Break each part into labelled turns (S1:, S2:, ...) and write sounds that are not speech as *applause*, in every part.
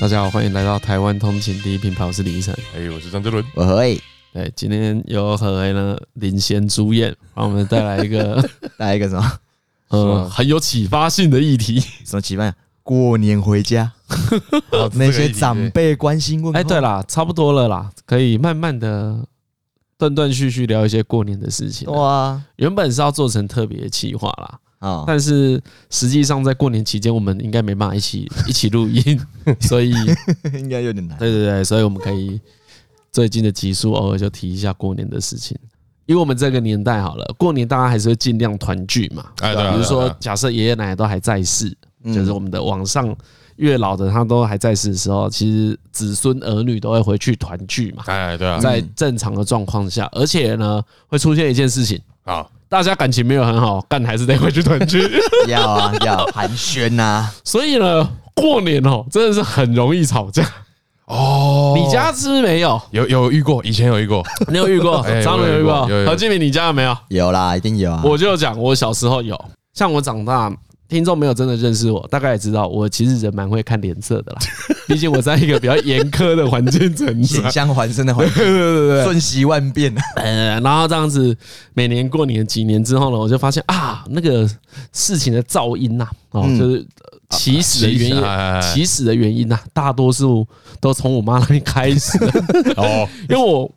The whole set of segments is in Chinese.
S1: 大家好，欢迎来到台湾通勤第一品牌，我是李依晨。
S2: 哎、我是张哲伦，
S3: 我可以
S1: 对，今天由何为呢领衔主演，帮我们带来一个
S3: 来一个什么 *laughs*
S1: 呃很有启发性的议题。
S3: 什么期盼？过年回家，
S2: 哦
S3: 那些长，辈关心问候。
S1: 哎，对，啦，差不多了啦，可以慢慢的断断续续聊一些过年的事情。哇，
S3: 哇，
S1: 原本是要做成特别企划啦，
S3: 哦， *laughs*
S1: 但是实际上在过年期间，我们应该没办法一起一起录音，所以
S3: 应该有点
S1: *laughs*
S3: 难。
S1: 对对对，所以我们可以最近的集数偶尔就提一下过年的事情，因为我们这个年代好了，过年大家还是会尽量团聚嘛。
S2: 这个议题对哎，对啊，
S1: 比如
S2: 对
S1: 说
S2: 啊，
S1: 假设爷爷奶奶都还在世，就是我们的网上越老的他都还在世的时候，其实子孙儿女都会回去团聚嘛，
S2: 对啊哎，对啊，
S1: 在正常的状况下，而且呢会出现一件事情，
S2: 好，
S1: 大家感情没有很好，但还是得回去团
S2: *laughs*
S1: 聚，
S3: 要啊 *laughs* 要寒暄啊呐，
S1: 所以呢过年哦真的是很容易吵架。
S2: 哦，
S1: 你家是不是没有？
S2: 有有遇过，以前有遇过，
S1: 你有遇过？
S2: 哎
S1: 张伦有遇过
S2: 我有遇过有？有
S1: 何俊明，你家有没有？
S3: 有啦，一定有啊。
S1: 我就讲，我小时候有，像我长大，听众没有真的认识我，大概也知道我其实人蛮会看脸色
S2: *laughs*
S1: 的啦。毕竟我在一个比较严苛的环境成
S2: *laughs*
S3: 险
S1: 长，
S3: 象环生的 *laughs* 环境，
S1: 对对对对，
S3: 瞬息万 *laughs* 变啊。
S1: 呃，然后这样子，每年过年几年之后呢，我就发现啊，那个事情的噪音呐、哦，
S3: 嗯
S1: 就是呃起始的原
S2: 起始哎哎哎
S1: 因，起始的原因呐、大多数都从我妈那边开始的。
S2: 哦，
S1: 因为我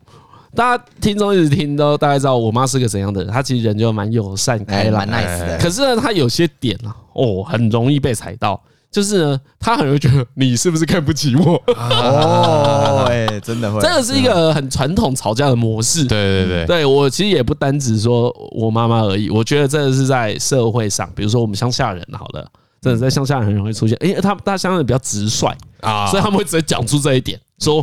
S1: 大家听众一直听都大概知道我妈是个怎样的人，她其实人就蛮友善开
S3: 哎，
S1: 朗
S3: 蛮 nice
S1: 可
S3: 的。
S1: 是呢，他有些点啊，哦，很容易被踩到。就是呢，他很容易觉得你是不是看不起我？ *laughs*
S3: *laughs* 哦，哎，真的会，
S1: 这个是一
S3: 嗯
S1: 个很传统吵架的模式。
S2: 对对对，
S1: 对我其实也不单只说我妈妈而已，我觉得真的是在社会上，比如说我们乡下人，好了，真的在乡下人很容易出现，因为他们大乡下人比较直率，
S2: 啊，
S1: 所以他们会直接讲出这一点，说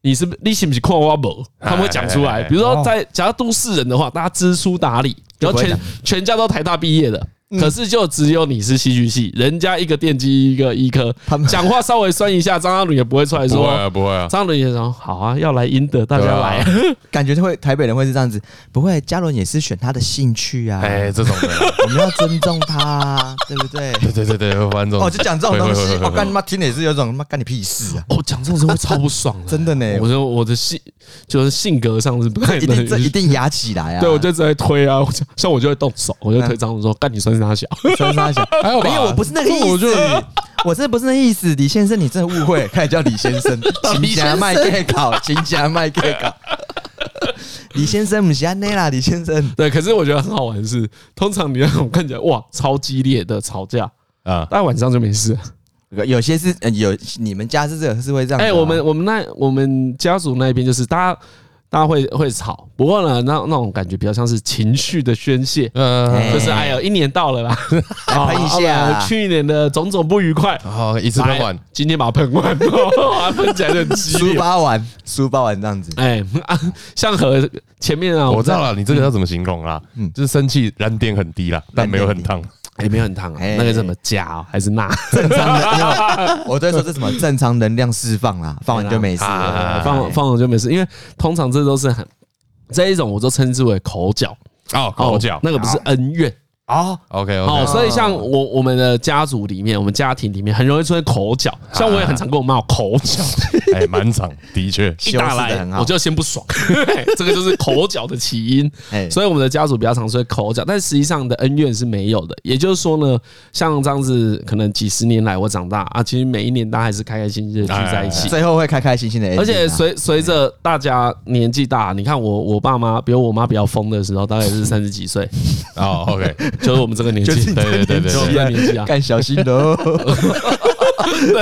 S1: 你是不你是不是看我无？
S3: 哎
S1: 他们会讲出来。比如说在假如都市人的话，大家知书达理，然
S3: 就不
S1: 后
S3: 会
S1: 全
S3: 讲嗯
S1: 全家都台大毕业的。可是就只有你是戏剧系，人家一个电机一个医科
S3: 他，们
S1: 讲话稍微酸一下，张嘉伦也不会出来
S2: 不会
S1: 说。
S2: 啊，不会啊，
S1: 张嘉伦也说好啊，要来英德，大家来啊。
S3: *laughs* 感觉会台北人会是这样子，不会，嘉伦也是选他的兴趣啊，
S2: *laughs* 哎，这种的，
S3: 我们要尊重他 *laughs* 啊，对不对？
S2: 对对对对，会玩这种，
S3: 哦，就讲这种 *laughs*
S2: 会
S3: 东西，我干你
S2: 会
S3: 妈听的也是有种妈干你屁事啊，
S1: 哦，讲这种时候会超不爽的，
S3: 真的呢
S1: 我说我的性就是性格上是不太
S3: *laughs* 一
S1: 能
S3: 定这一定压起来啊。
S1: 对，我就直接推啊，我就像我就会动手，我
S3: 嗯
S1: 就推张伦说干你算是他小。
S3: 穿
S1: *laughs*
S3: 沙小，
S2: 还有吧
S3: 没有，我不是那个
S2: 这我
S3: 意
S2: 就
S3: 思， *laughs* 我真的不是那个意思，李先生，你真的误会，开始叫李先生，
S1: *laughs*
S3: 秦家卖 gay 搞，秦家卖 gay 搞，李先生不是安内啦，李先生，
S1: 对，可是我觉得很好玩的是，通常你那种看起来哇超激烈的吵架，
S2: 啊，
S1: 大概晚上就没事了。
S3: 有些是呃有你们家是这个是会这样子啊，
S1: 哎、我们我们那我们家族那边就是大家大家会会吵，不过呢，那那种感觉比较像是情绪的宣泄。
S2: 嗯，
S3: 哎
S1: 就是哎呦，一年到了啦，啊
S3: 喷一下啊
S1: 啊去年的种种不愉快，
S2: 好，一次
S1: 来
S2: 喷完，
S1: 今天把它喷完， *laughs* 把它喷起来就很激
S3: 书
S1: 烈。
S3: 包完，书包完这样子，
S1: 哎，啊像和前面啊，
S2: 我知道了，你这个要怎么形容啦？
S3: 嗯
S2: 就是生气燃点很低啦，但没有很烫，
S1: 哎没有很烫啊，
S3: 哎
S1: 那个什么钾哦还是钠，
S3: 正常的，因为我都会说这是什么正常能量释放
S1: *laughs*
S3: 啦，放完就没事了，
S2: 啊，
S1: 放了放了就没事，因为通常这都是很这一种，我都称之为口角。
S2: 哦，口角
S1: 那个不是恩怨
S3: 哦，
S2: ，OK
S1: 哦，
S2: OK，
S1: 所以像我我们的家族里面，我们家庭里面很容易出现口角，
S3: 啊
S1: 像我也很常跟我妈有口角，
S2: 哎，满场的确，
S1: 一打
S3: *laughs* 修饰得
S1: 来
S3: 很好
S1: 我就先不
S3: *laughs*
S1: 爽，这个就是口角的起因。
S3: 哎，
S1: 所以我们的家族比较常出现口角，但实际上的恩怨是没有的。也就是说呢，像这样子，可能几十年来我长大啊，其实每一年大家还是开开心心的聚在一起。
S3: *laughs* 最后会开开心心的 ending 啊，
S1: 而且随随着大家年纪大，你看我我爸妈，比如我妈比较疯的时候，大概
S3: *laughs*
S1: 是三十几岁，
S2: 哦，OK，
S1: 就是我们这个年纪，
S3: 就是你这个
S2: 对对对对
S1: 就我们这个年纪啊，啊
S3: *laughs* 干小心
S1: *laughs*
S3: 的哦，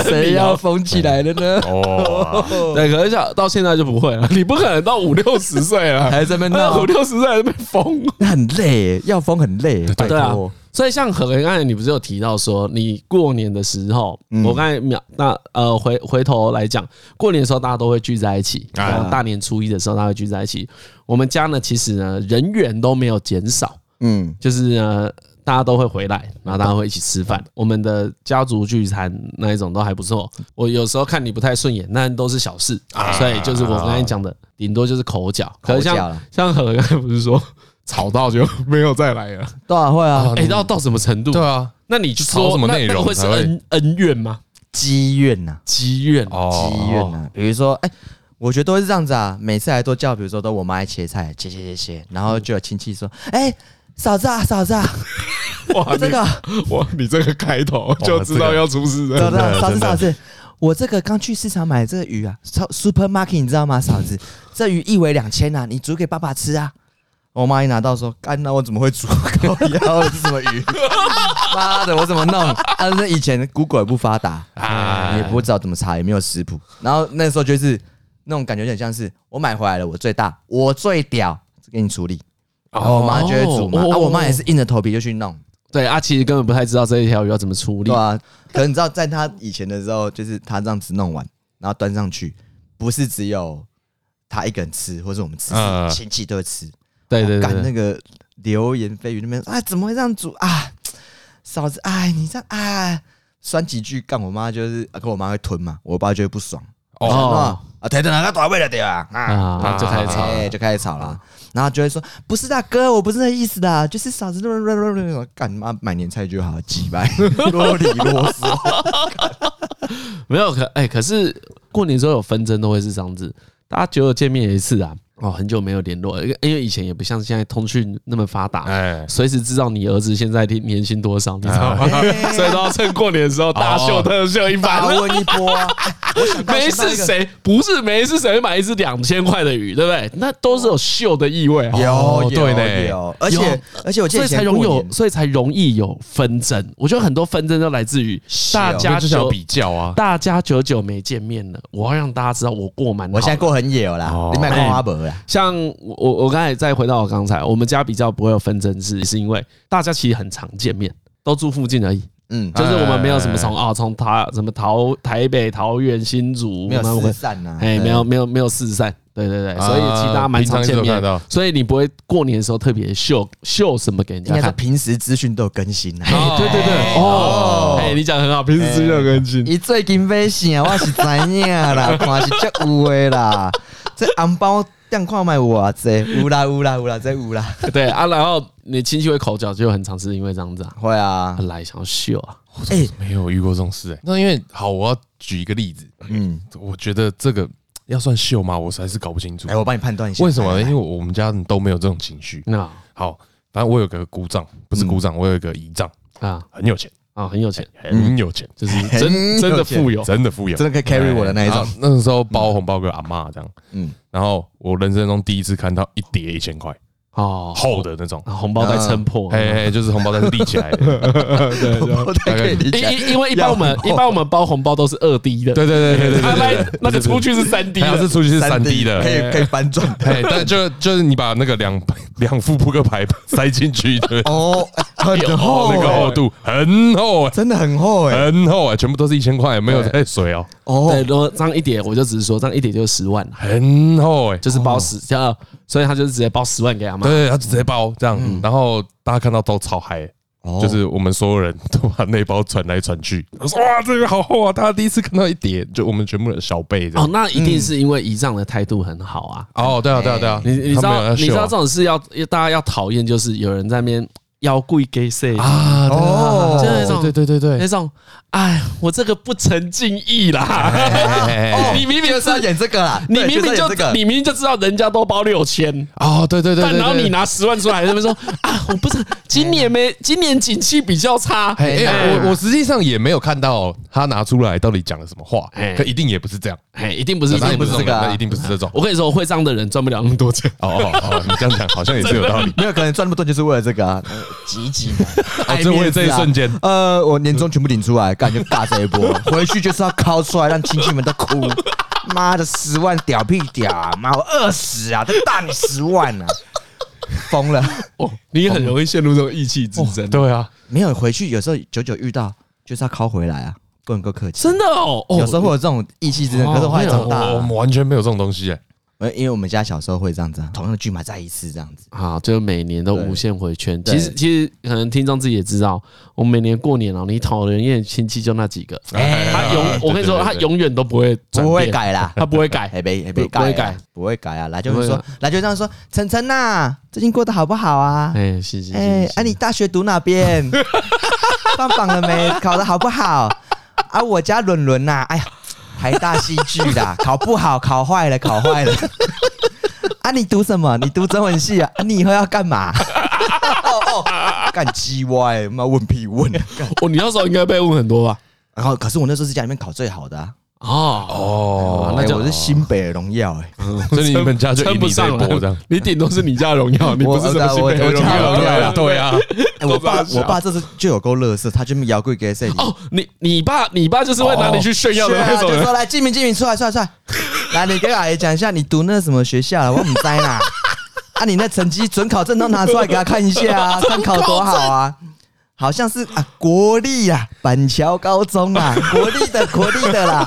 S3: 谁要疯起来了
S1: *laughs*
S3: 呢？
S2: 哦，
S1: 对，可是像到现在就不会了，你不可能到五六十岁了，
S3: 还在那边
S1: 那
S3: 闹
S1: 五，六十岁还被疯。
S3: 那很累，要疯很累，拜
S1: 对啊
S3: 托。，
S1: 所以像何刚才你不是有提到说，你过年的时候，
S3: 嗯
S1: 我刚才秒那呃回回头来讲，过年的时候大家都会聚在一起，
S2: 啊
S1: 然后大年初一的时候大家会聚在一起。我们家呢，其实呢人员都没有减少，
S3: 嗯，
S1: 就是呢，大家都会回来，然后大家会一起吃饭。我们的家族聚餐那一种都还不错。我有时候看你不太顺眼，那都是小事，所以就是我刚才讲的，顶多就是口角。可是
S3: 口角
S1: 像
S3: 啦
S1: 像何刚才不是说吵到就没有再来了？
S3: 当然会啊，
S2: 哦
S1: 哎，到到什么程度
S2: 对？啊，
S1: 那你就
S2: 吵
S1: 说
S2: 什么
S1: 那
S2: 内容
S1: 那个会是
S2: 才会
S1: 恩恩怨吗？
S3: 积怨呐、
S1: 积怨
S2: 哦
S3: 积怨呐、比如说，哎、我觉得都会是这样子啊，每次来都叫，比如说都我妈爱切菜，切切切切，然后就有亲戚说，
S2: 嗯
S3: 哎、嫂子啊，
S2: *laughs*
S3: 嫂子啊，
S1: 哇，
S3: 这
S1: 这个
S3: 个
S1: 哇，你这个开头
S2: 就知道要
S1: 出事
S3: 嫂
S2: 真
S3: 子
S2: 的
S3: 啊嫂子
S2: 真的
S3: 嫂子，我这个刚去市场买的这个鱼啊，超 supermarket 你知道吗？嫂子，这鱼一尾两千啊，你煮给爸爸吃啊。我妈一拿到说：“干，那我怎么会煮？ *laughs* 高腰是什么鱼？ *laughs* 妈的，我怎么弄？”但是以前 Google 也不发达，
S1: 哎
S2: 啊
S3: 也不知道怎么查，也没有食谱。然后那时候就是那种感觉，有点像是我买回来了，我最大，我最屌，给你处理。然后我妈就会煮嘛，
S1: 哦
S3: 啊，我妈也是硬着头皮就去弄。
S1: 对啊，其实根本不太知道这一条鱼要怎么处理
S3: 对。啊，可能你知道，在他以前的时候，就是他这样子弄完，然后端上去，不是只有他一个人吃，或者我们吃，
S2: 嗯
S3: 是亲戚都会吃。
S1: 对对
S3: 啊干
S1: 对
S3: 哦
S1: 对，
S3: 那个流言蜚语那边啊，怎么会这样煮啊？嫂子，哎，你这样啊，酸几句干我妈就是，啊可我妈会吞嘛，我爸就会不爽。
S2: 哦
S3: 哦，啊，腿等哪个大位了对吧？啊。
S1: 啊，就开始吵。
S3: 哎，就开始吵了，然后就会说不是大哥，我不是那意思的，就是嫂子， *laughs* 干妈买年菜就好，几
S1: *laughs*
S3: 百啰里啰嗦。
S1: 没有可哎、可是过年之后有纷争都会是这样子，大家久久见面一次啊，哦，很久没有联络，因为因为以前也不像现在通讯那么发达，
S2: 哎，
S1: 随时知道你儿子现在年年薪多少，你知道吗？
S3: 哎
S1: *laughs* 所以都要趁过年的时候大秀特秀一
S3: 大
S1: 番。
S3: 问一波、啊，我想到
S1: 没事，谁不是没事谁会买一只两千块的鱼，对不对？那都是有秀的意味啊，
S3: 有、
S2: 哦
S3: 有
S2: 对嘞
S3: 有，而且而且我记
S1: 所
S3: 得
S1: 以才
S3: 以前
S1: 容
S3: 过
S1: 有
S3: 年，
S1: 所以才容易有纷争。我觉得很多纷争都来自于
S3: 是哦
S1: 大家
S2: 那就是要
S1: 久
S2: 比较啊，
S1: 大家久久没见面了，我要让大家知道我过蛮好的。
S3: 我现在过很野啦，
S2: 哦
S3: 你买过花博啦，
S1: 像我我我刚才再回到我刚才，我们家比较不会有纷争是是因为大家其实很常见面，都住附近而已，
S3: 嗯，
S1: 就是我们没有什么从啊从桃什么桃台北、桃园、新竹，
S3: 没有
S1: 慢慢
S3: 失
S1: 会
S3: 散呐、啊，
S1: 哎
S3: 对
S1: 没有没有没有四散，对对对，
S2: 啊
S1: 所以其实大家蛮常见
S2: 平常一直有
S1: 面
S2: 看到，
S1: 所以你不会过年的时候特别秀秀什么给人
S3: 应
S1: 家
S3: 该说
S1: 看。
S3: 平时资讯都有更新啊。
S1: 哎，对对对，哦，哎，你讲得很好，平时资料更新，
S3: *laughs* 伊最近微信啊，我是知影啦，看是足有的啦，这红包点看卖有啊，这有啦有啦有啦，这有啦，
S1: 对啊，然后你亲戚会口角，就很常是因为这样子啊，
S3: 会啊，
S1: 来想要秀啊，
S3: 哎、
S2: 没有遇过这种事哎。那因为好，我要举一个例子，
S3: 嗯，
S2: 我觉得这个要算秀吗？我还是搞不清楚
S3: 哎、。我帮你判断一
S2: 嗯
S3: 下，
S2: 为什么呢？
S3: 来
S2: 因
S3: 来
S2: 为我们家人都没有这种情绪。
S1: 那
S2: 好，反正我有个姑丈，不是姑丈，我有一个姨丈，
S1: 啊哎
S2: 很有钱，
S1: 啊，很有钱，
S2: 很有钱，
S1: 就是真真的富有，
S2: 真的富有，
S3: 真的可以 carry 我的那一
S2: 然
S3: 种
S2: 后，那时候包红包给阿妈这样，
S3: 嗯，
S2: 然后我人生中第一次看到一叠一千块
S1: 哦，
S2: 厚的那种，
S1: 啊红包袋撑破，
S2: 哎哎，就是红包袋是立起来的，
S3: *laughs* 我大概可以理
S1: 因
S3: 解。
S1: 哎因因为一般我们一般我们包红包都是二 D 的，
S2: 对对对对对
S1: 他
S2: 对
S1: 那
S2: 对，
S1: 那个出去是三 D
S2: 还有
S1: 的
S2: 是，出去是三
S3: 3D
S2: D 的，
S3: 可以可以翻转的。
S2: 哎，但就就是你把那个两 *laughs* 两副扑克牌 *laughs* 塞进去的，
S3: 哦，很厚、
S2: 哎
S3: 欸
S2: 那个厚度很厚哎，
S3: 真的很厚哎、
S2: 很厚哎，全部都是一千块，没有
S3: 对
S2: 在水哦，
S1: 对，
S3: 哦，
S1: 如果这样一叠，我就只是说这样一叠就是十万啦，
S2: 很厚哎，
S1: 就是包十，像所以他就是直接包十万给阿妈，
S2: 对，他直接包这样，然后大家看到都超嗨。就是我们所有人都把那包传来传去，我说哇，这个好厚啊！大家第一次看到一叠，就我们全部人小辈这
S1: 哦
S2: 样。，
S1: 那一定是因为姨丈的态度很好啊，
S2: 哦，对啊，对啊，对啊，
S1: 你你知
S2: 他没有
S1: 道
S2: 要
S1: 你知
S2: 秀
S1: 道
S2: 啊
S1: 这种事要大家要讨厌就是有人在那边要故意给谁
S2: 啊？对啊
S3: 哦
S1: 就是那种
S2: 对对对对
S1: 那
S2: 对，
S1: 种，哎，我这个不成敬意啦，
S2: 哎
S1: *laughs* 你明明
S3: 就是要
S1: 是。
S3: 演这个啦，
S1: 你
S3: 对
S1: 明
S3: 是
S1: 明就
S3: 要演这个，
S1: 你明明就知道人家都包六千，
S2: 哦，对对对，
S1: 但
S2: 对
S1: 然后
S2: 对
S1: 你拿十万出来，他们
S3: *laughs*
S1: 说啊，我不是今年没，今年景气比较差，
S2: 哎
S1: 哎
S2: 哎，我我实际上也没有看到他拿出来到底讲了什么话
S1: 哎，
S2: 可一定也不是这样，
S1: 哎，一定不是
S2: 当
S1: 这哦样
S2: 然也不
S1: 子
S2: 是
S1: 弄的。
S2: 这个
S3: 这
S2: 啊，
S3: 个啊
S2: 那一定不是这种。
S1: 我跟你说，会账的人赚不了那么多钱。
S2: 哦哦哦，你这样讲好像也是有道
S1: *laughs*
S2: 理。
S3: 没有可能赚那么多，就是为了这个啊，呃挤挤嘛。
S2: 哦，就为这一瞬间，
S3: 啊呃，我年终全部领出来，干就尬这一
S2: *laughs*
S3: 波，回去就是要掏出来让亲戚们都哭。妈的，十万屌屁屌啊！妈，我饿死啊，都大你十万啊！疯了，
S1: 哦，你很容易陷入这种意气之
S3: 哦
S1: 争，
S2: 对啊，
S3: 没有回去，有时候久久遇到就是要拷回来啊，不能够客气。
S1: 真的哦。哦
S3: 有时候会有这种义气之争，
S1: 哦
S3: 可是我后来
S2: 我
S3: 长大
S2: 我
S3: 了，
S2: 们完全没有这种东西哎。
S3: 呃因为我们家小时候会这样子啊，同样的剧嘛再一次这样子。
S1: 啊，就是每年都
S3: 对
S1: 无限回圈。
S3: 对
S1: 其实其实可能听众自己也知道，我们每年过年哦，你讨人厌的亲戚就那几
S3: *laughs*
S1: 个，
S2: 哎
S1: 他永我跟你说，他永远都不会转
S3: 不会
S1: 变，
S3: 改啦，
S1: 他不会
S3: *laughs*
S1: 改。
S3: 哎别哎别
S1: 不不会
S3: 改啊
S1: 改，
S3: 不会改啊！来就
S1: 不
S3: 会
S1: 会
S3: 说
S1: 改，
S3: 来就这样说，晨晨呐，最近过得好不好啊？
S1: 哎，是是是
S3: 哎，
S1: 是
S3: *laughs* 啊你大学读哪边？放榜了没？考得好不好？啊，我家伦伦呐，哎呀，台大戏剧 *laughs* 啦，考不好，考坏了，考坏了。啊，你读什么？你读中文系啊？啊你以后要干嘛？ *laughs* 哦哦，干鸡歪，妈问屁问。干
S1: 哦，你那时候应该被问很多吧？
S3: 然后，可是我那时候是家里面考最好的啊，
S1: 哦，
S2: 哦，
S1: 那
S3: 哎
S1: 就
S3: 我是新北的荣耀哎，
S2: 所以你们家就
S1: 撑
S2: 赢
S1: 不
S2: 你这
S1: 上
S2: 一波这样
S1: 了。，你顶多是你家的荣耀，你不是什么新北的
S3: 我
S1: 荣
S3: 家
S1: 耀
S3: 荣耀
S1: 啊
S3: 啊
S1: 对啊。
S3: 哎我爸我爸这次就有够乐色，他就摇过给谁？
S1: 哦，你你爸你爸就是会拿你去炫耀的那种
S3: 是啊就
S1: 人。
S3: 说来，静明静明，出来出来出来，来你给阿姨讲一下，你读那什么学校了？我们栽啦。啊，你那成绩准考证都拿出来给他看一下啊，看考多好啊！好像是啊，国立啊，板桥高中啊，国立的国立的啦。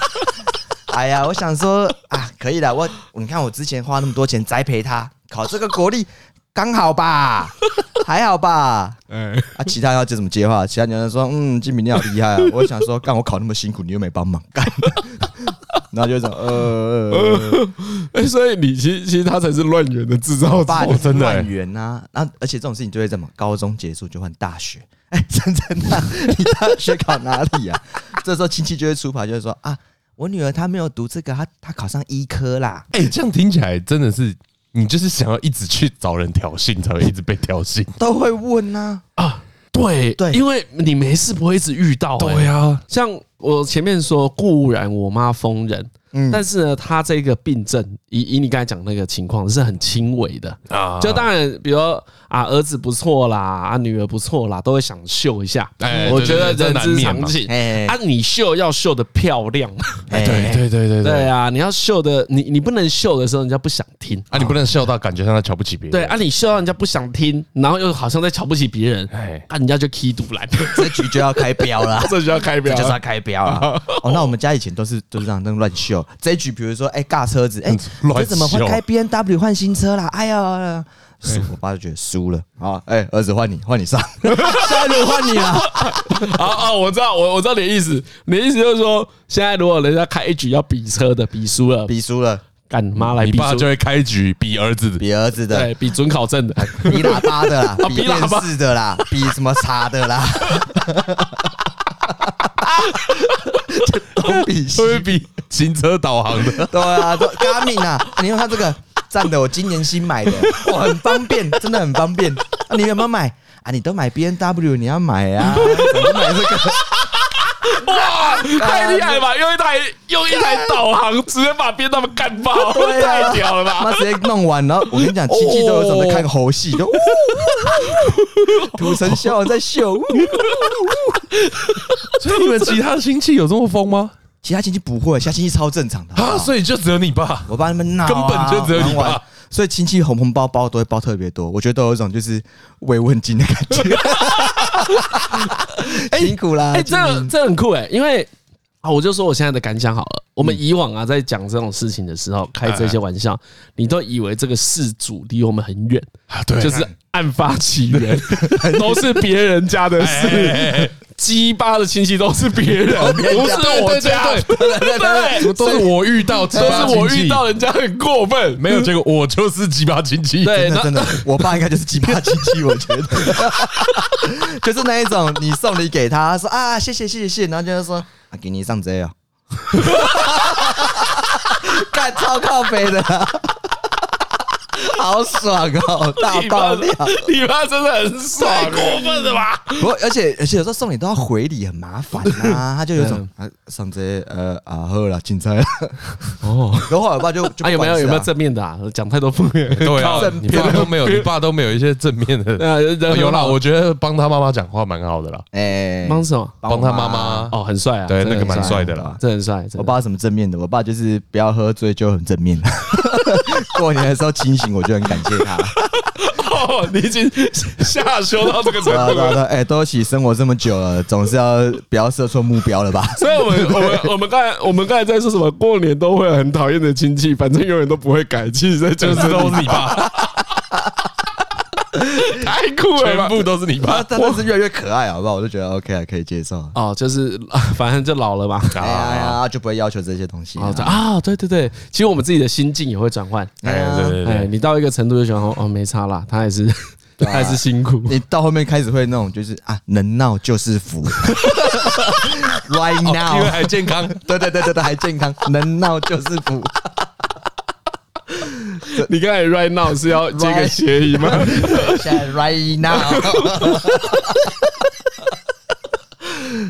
S3: 哎呀，我想说啊，可以的，我你看我之前花那么多钱栽培他，考这个国立刚好吧，还好吧。
S2: 哎，
S3: 啊，其他要接怎么接话？其他人说，嗯，金明你好厉 *laughs* 害啊！我想说，干我考那么辛苦，你又没帮忙干， *laughs* 然后就这样，呃，呃
S1: 哎，所以你其实其实他才是乱源的制造
S3: 我
S1: 者。
S3: 爸
S2: 哦真的欸
S3: 乱源呐，然啊后而且这种事情就会怎么？高中结束就换大学， *laughs* 哎，真真的，你大学考哪里呀、啊？ *laughs* 这时候亲戚就会出牌，就会说啊，我女儿她没有读这个，她她考上医科啦。
S2: 哎，这样听起来真的是，你就是想要一直去找人挑衅，才会一直被挑衅。
S3: 都会问啊呐、
S1: 啊对
S3: 对啊
S1: 因为你没事不会一直遇到。哎
S2: 呀，
S1: 像我前面说，固然我妈疯人，
S3: 嗯
S1: 但是呢，她这个病症，以以你刚才讲那个情况是很轻微的。
S2: 啊，
S1: 就当然，比如说啊，儿子不错啦，啊，女儿不错啦，都会想秀一下。
S2: 哎
S1: 我
S2: 对
S1: 觉得
S2: 对
S1: 人
S2: 这难
S1: 之
S2: 免
S1: 常
S2: 嘛
S1: 情。
S3: 哎
S1: 啊，你秀要秀的漂亮，
S3: 哎，
S2: 对对对对
S1: 对
S2: 对，
S1: 啊，你要秀的，你你不能秀的时候，人家不想听。
S2: 啊，你不能笑到感觉上他瞧不起别人。
S1: 对啊，，你秀到人家不想听，然后又好像在瞧不起别人，
S2: 哎，
S1: 啊，人家就 key 堵 *laughs* 来，
S3: 这局就要开标啦。
S1: 这就要开
S3: 这
S1: 表
S3: 就是要开标啊！哦，那我们家以前都是都是这样那种乱秀。这一局比如说，哎、尬车子，哎、
S2: 乱
S3: 这怎么会
S2: 秀
S3: 开 B N W 换新车啦？哎呀，输我爸就觉得输了啊！哎、儿子换你，换你上，下一轮换你了。
S1: 啊啊！我知道，我我知道你的意思，你的意思就是说，现在如果人家开一局要比车的，比输了，
S3: *laughs* 比输了，
S1: 干妈来
S2: 你
S1: 比
S2: 爸
S1: 输
S2: 就，会开局比儿子
S3: 比儿子的，
S1: 对比准考证的，
S3: 比喇叭的啦，
S1: 比
S3: 比
S1: 喇
S3: 电
S1: 叭
S3: 视的啦，比什么茶的啦， *laughs* 就东比西
S2: 会比行车导航的。
S3: *laughs* 对啊，都 Garmin 啊，你用它这个赞的，我今年新买
S2: *laughs*
S3: 的，哇，很方便，真的很方便。啊、你有没有买啊？你都买 B N W，你要买啊，怎么买这
S2: *laughs*
S3: 个？
S1: 哇，太厉害了吧！用一台用一台导航直接把边他们干爆，
S3: 对啊
S1: 太屌了吧！
S3: 妈直接弄完，然后我跟你讲，亲戚都有种在看猴戏，
S2: 哦
S3: 都呜呜呜土城小王在秀。呜
S2: *laughs* 所以你们其他亲戚有这么疯吗？
S3: 其他亲戚不会，其他亲戚超正常的。好不
S2: 啊，
S3: 好
S2: 所以就只有你爸。
S3: 我爸他们闹啊，
S2: 根本就只有你爸
S3: 玩完。所以亲戚红红包包都会包特别多，我觉得都有一种就是慰问金的感
S2: *laughs*
S3: 觉。 *laughs* 辛苦啦，
S1: 哎、
S3: 亲
S1: 这
S3: 戚
S1: 个这很酷哎、因为啊，我就说我现在的感想好了。我们以往啊，在讲这种事情的时候，开这些玩笑，你都以为这个事主离我们很远，
S2: 啊，对
S1: 就是案发起源 *laughs* 都是别人家的事，鸡巴的亲戚都是别人，不
S3: 别人家
S1: 是我家，
S2: 对
S1: 对对对，
S2: 都是我遇到，都
S1: 都是我遇到，人家很过分，
S2: 没有结果，我就是鸡巴亲戚。
S1: 对，
S3: 真
S1: 哎那
S3: 的
S1: *laughs*
S3: 真的，我爸应该就是鸡巴亲戚，我觉得， *laughs* 就是那一种你送礼给他，他说啊谢谢谢谢谢谢，然后就是说啊给你上贼哦， *laughs* 干超靠背的啦，好爽哦，大
S1: 你
S3: 爆
S1: 爸
S3: 料。
S1: *laughs* 你爸真的很爽，欸太过分了吧？
S3: 不过，而且而且有时候送礼都要回礼，很麻烦
S1: *laughs*
S3: 啊。他就有一种
S1: 嗯
S3: 啊上贼呃啊喝了青菜了，
S1: 哦，
S3: 然后我爸就就
S1: 啊有没有有没有
S3: 这
S1: 正面的啊？讲太多负面了，
S2: 对啊
S1: *laughs* 靠，
S2: 你爸都没有，你啊爸都没有一些正面 *laughs* 的。哦
S1: 呃，人
S2: 有
S1: 很
S2: 啦，
S1: 好
S2: 我觉得帮他妈妈讲话蛮好的啦，
S3: 哎
S1: 帮什么？
S2: 帮他妈妈
S1: 哦，很帅啊，
S2: 对
S1: 真的
S2: 那个蛮
S1: 很
S2: 帅的啊啦
S1: 这很帅。真的
S3: 我爸有什么正面的？我爸就是不要喝醉就很正面。 *laughs* 过年的时候清醒，我就很感谢
S2: *laughs*
S3: 他。
S1: 哦， *laughs* 你已经 *laughs* 下修到这个程
S3: 对啊
S1: 度
S3: 对啊
S1: 了。
S3: 对啊，哎，都一起生活这么久了，总是要不要射错目
S2: *laughs*
S3: 标了吧？
S1: 所以我们我 *laughs* 们我们刚才我们刚才在说什么？过年都会有很讨厌的亲戚，反正永远都不会改，其实在
S2: 就
S1: 就是
S2: 是都是你爸，
S1: *laughs* 太酷了
S2: 全
S1: 吧。
S2: 部都是你爸
S3: 啊，。但但是越来越可爱，好不好？我就觉得 OK 啊，可以接受。
S1: 哦，就是 *laughs* 啊反正就老了嘛。
S2: 啊
S3: 哎呀哎呀，就不会要求这些东西
S1: 哦
S3: 啊。
S1: 这啊，对对对，其实我们自己的心境也会转换。
S2: 哎，对对
S1: 哎，
S2: 对，
S1: *laughs* 你到一个程度就想说，哦，没差啦，他也是还是辛苦。
S3: 你到后面开始会那种就是啊，能闹就是福 *laughs*
S2: *laughs*
S3: ，right
S2: 哦因为
S3: now，
S2: 还健康，
S3: 对对对对对，还健康，能闹就是
S2: *laughs*
S3: 福，
S1: *laughs* 你刚才 right now 是要接个
S3: Right
S1: 协议吗？
S3: 现在 right now，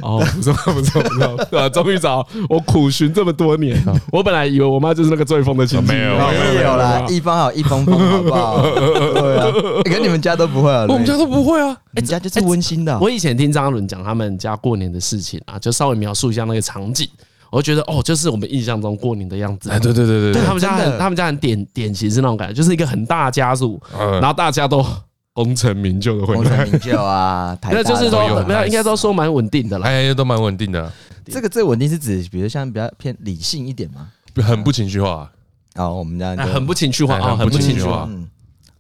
S1: 哦，不错不错不错， *laughs* 啊，终于找我苦寻这么多年啊！我本来以为我妈就是那个最疯的亲戚，
S2: 哦
S1: 哦
S2: 没有没
S3: 没有啦，一方好一方风，好不好？
S2: *laughs*
S3: 对啊，可是你们家都不会啊，
S2: 我们家都不会啊。
S1: 哎
S3: 你们家就是温馨的哦，
S1: 我以前听张伦讲他们家过年的事情啊，就稍微描述一下那个场景，我就觉得哦，就是我们印象中过年的样子。
S2: 哎，对对对对
S1: 对，
S2: 对，
S1: 他们家
S3: 真
S1: 很
S3: 的
S1: 他们家很典典型是那种感觉，就是一个很大的家族，然
S2: 嗯，
S1: 后大家都功成名就的回
S3: 功
S1: 来
S3: 成。名
S1: *laughs*
S3: 就啊，台大
S1: 那
S3: 的
S1: 就是
S2: 都
S1: 说，
S2: 有
S1: 没有，应该都说蛮稳定的啦。
S2: *laughs* 哎，都蛮稳定的，
S3: 这个最稳定是指，比如像比较偏理性一点嘛。
S2: 很不情绪化，啊
S3: 然后我们家就
S1: 哎很不情绪化
S2: 哎
S1: 啊，
S2: 很
S1: 很不
S2: 不
S1: 情
S2: 情
S1: 绪
S2: 绪
S1: 化
S2: 化。
S3: 嗯，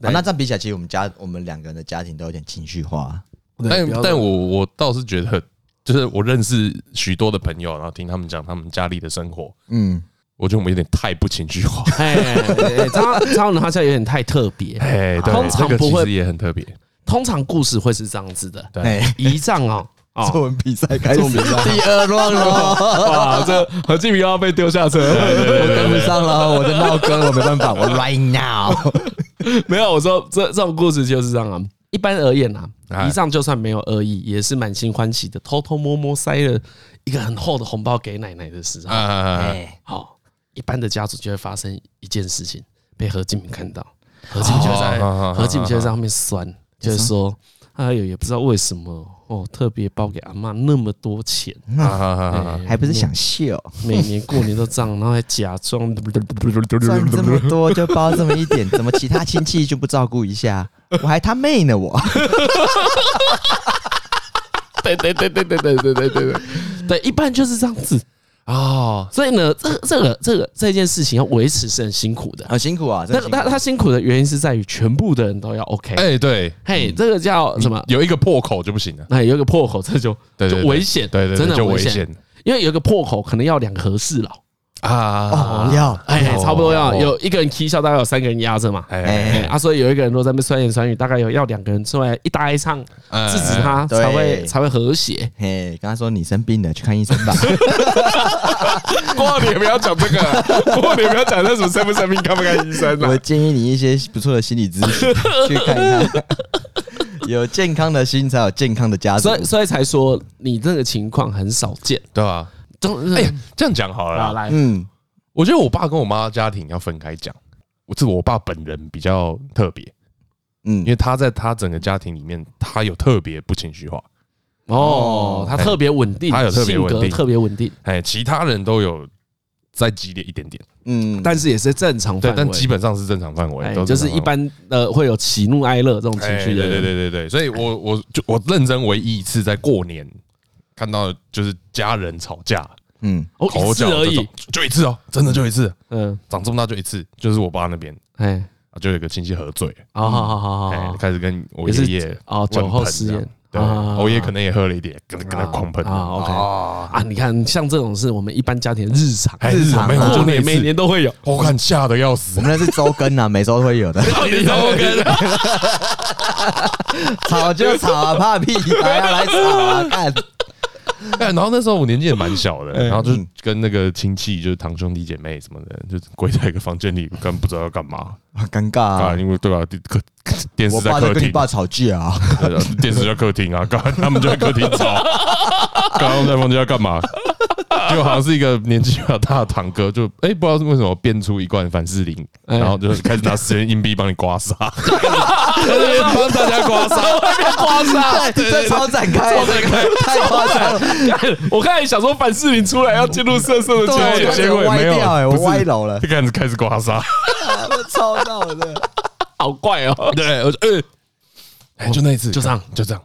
S3: 啊那这样比起来，其实我们家我们两个人的家庭都有点情绪化。
S2: 但
S1: 不要
S2: 但我我倒是觉得，就是我认识许多的朋友，然后听他们讲他们家里的生活，
S3: 嗯，
S2: 我觉得我们有点太不情绪化。
S1: 哎，张张伦他家有点太特别，
S2: 哎，
S1: 通
S2: 对，
S1: 常
S2: 这个
S1: 不
S2: 其
S1: 会
S2: 实也很特别。
S1: 通常故事会是这样子的，
S2: 对，
S1: 仪仗哦，哦，
S3: 哎作文比赛开始，
S1: 作文比赛
S3: 第二轮了，
S1: 哇，这 *laughs* 何敬明又要被丢下车，
S3: 我跟不上了，我的闹歌我没办法，我 right now。
S1: *laughs* 没有，我说这这种故事就是这样啊。一般而言啊，
S2: 哎
S1: 仪仗就算没有恶意，也是满心欢喜的，偷偷摸摸塞了一个很厚的红包给奶奶的时候，
S2: 啊，
S3: 哎，
S1: 好，一般的家族就会发生一件事情，被何敬明看到，何敬明就会在
S2: 哦
S1: 何敬明就会在后面酸，就是说，哎呦，也不知道为什么哦，特别包给阿妈那么多钱，哎
S2: 啊啊啊啊啊！
S3: 哎还不是想秀，
S1: 每年过年都这样，然后还假装
S3: *laughs* 赚这么多就包这么一点，怎么其他亲戚就不照顾一 *laughs* 下？我还他妹呢， *laughs* 我。
S1: 对对对对对对对对对对，对，一般就是这样子。
S2: 哦，
S1: 所以呢，这这个这个这件事情要维持是很辛苦的。
S3: 很辛苦啊，真
S1: 那
S3: 的辛苦
S1: 他他辛苦的原因是在于全部的人都要 OK。
S2: 哎，对，
S1: 嘿，这个叫什么？
S2: 有一个破口就不行了。
S1: 哎，有一个破口，这就
S2: 对
S1: 就
S2: 对对
S1: 危险，
S2: 对对，对
S1: 真的
S2: 就
S1: 很危
S2: 危
S1: 险。因为有一个破口，可能要两个合适了。
S2: 啊！
S3: 哦要
S1: 哎，
S2: 哦
S1: 差不多要
S2: 哦
S1: 有一个人踢笑，大概有三个人压着嘛。
S2: 哎，
S1: 哎啊，所以有一个人如果在那边酸言酸语，大概有要两个人出来一搭一唱，制止他
S3: 对
S1: 才会才会和谐。
S3: 嘿，跟他说你生病了，去看医生 *laughs* 吧。
S2: 过年不要讲这个，过年不要讲那什么生不生病、看不看医生
S3: 我建议你一些不错的心理咨 *laughs* 询，去看一看。 *laughs* 有健康的心，才有健康的家族
S1: 所。以所以才说你这个情况很少见。
S2: 对吧？
S1: 都
S2: 哎，这样讲好
S1: 好
S2: 了啦。
S1: 来，
S3: 嗯，
S2: 我觉得我爸跟我妈家庭要分开讲，我这我爸本人比较特别，
S3: 嗯
S2: 因为他在他整个家庭里面，他有特别不情绪化，
S1: 哦，他特别稳定，
S2: 他有特别
S1: 性格
S2: 稳定
S1: 特别稳定，
S2: 哎，其他人都有再激烈一点点，
S3: 嗯，
S1: 但是也是正常
S2: 对
S1: 范，围，
S2: 但基本上是正常范围，
S1: 哎
S2: 都
S1: 就是
S2: 正常范围
S1: 一般呃会有喜怒哀乐这种情
S2: 哎
S1: 绪的人，
S2: 对对对对对，所以我我就我认真唯一一次在过年看到就是家人吵架，
S3: 嗯，
S1: 哦，一
S2: 口
S1: 次
S2: 角
S1: 而
S2: 这
S1: 已
S2: 种，，就一次哦，真的就一次，
S1: 嗯，
S2: 长这么大就一次，就是我爸那边
S1: 哎，
S2: 啊就有一个亲戚喝醉，
S1: 好好好好好
S2: 哎
S1: 好，，
S2: 开始跟
S1: 啊
S2: 我
S1: 也
S2: 爷
S1: 是
S2: 爷
S1: 哦酒后失言
S2: 乱喷这
S1: 啊
S2: 样，对，我爷爷可能也喝了一点，跟跟他狂喷
S1: 啊啊，OK
S2: 啊，
S1: 啊，你看像这种是我们一般家庭的日常，
S2: 哎日常
S1: 每
S2: 啊
S1: 过
S2: 就那一
S1: 年
S2: 次
S1: 每年都会 *laughs* 有，
S2: 我看吓得要
S3: 我
S1: *laughs*
S2: 死，
S3: 们那是周更啊，每周都会有 *laughs* 的。
S1: 到底怎么跟？
S3: 吵就吵啊，怕屁，来啊来吵啊，看。
S2: *laughs* 哎，然后那时候我年纪也蛮小
S3: 哎
S2: 的，然后
S3: 嗯
S2: 就跟那个亲戚，就是堂兄弟姐妹什么的，就跪在一个房间里，根本不知道要干嘛。
S3: 好尴尬
S2: 啊，
S3: *laughs* 啊！
S2: 因为对吧？电客电视
S3: 我
S2: 在
S3: 爸
S2: 客
S3: 在跟你
S2: 厅，
S3: 爸吵架啊，
S2: 对啊 *laughs* 电视在客厅啊，干他们就在客厅吵，刚刚在房间要干嘛？就好像是一个年纪比较大的堂哥，就哎、不知道是为什么变出一罐凡士林，
S1: 哎
S2: 然后就开始拿十元硬币帮你刮痧，
S3: *laughs*
S2: 帮大家刮痧，
S1: 哇塞！
S3: 对，这超展开，太夸张了，
S1: 我刚才想说凡士林出来要进入色色的
S2: 结
S1: 圈圈
S2: 果，
S3: 对，
S2: 结果也
S3: 歪
S2: 没有啊
S3: 掉哎，我
S2: 不是
S3: 歪楼了
S2: 就，开始开始刮痧。
S3: 我超到的。
S1: 好怪哦。
S2: 对，我就呃，哎、就那一次，
S1: 就这样
S2: 就这样。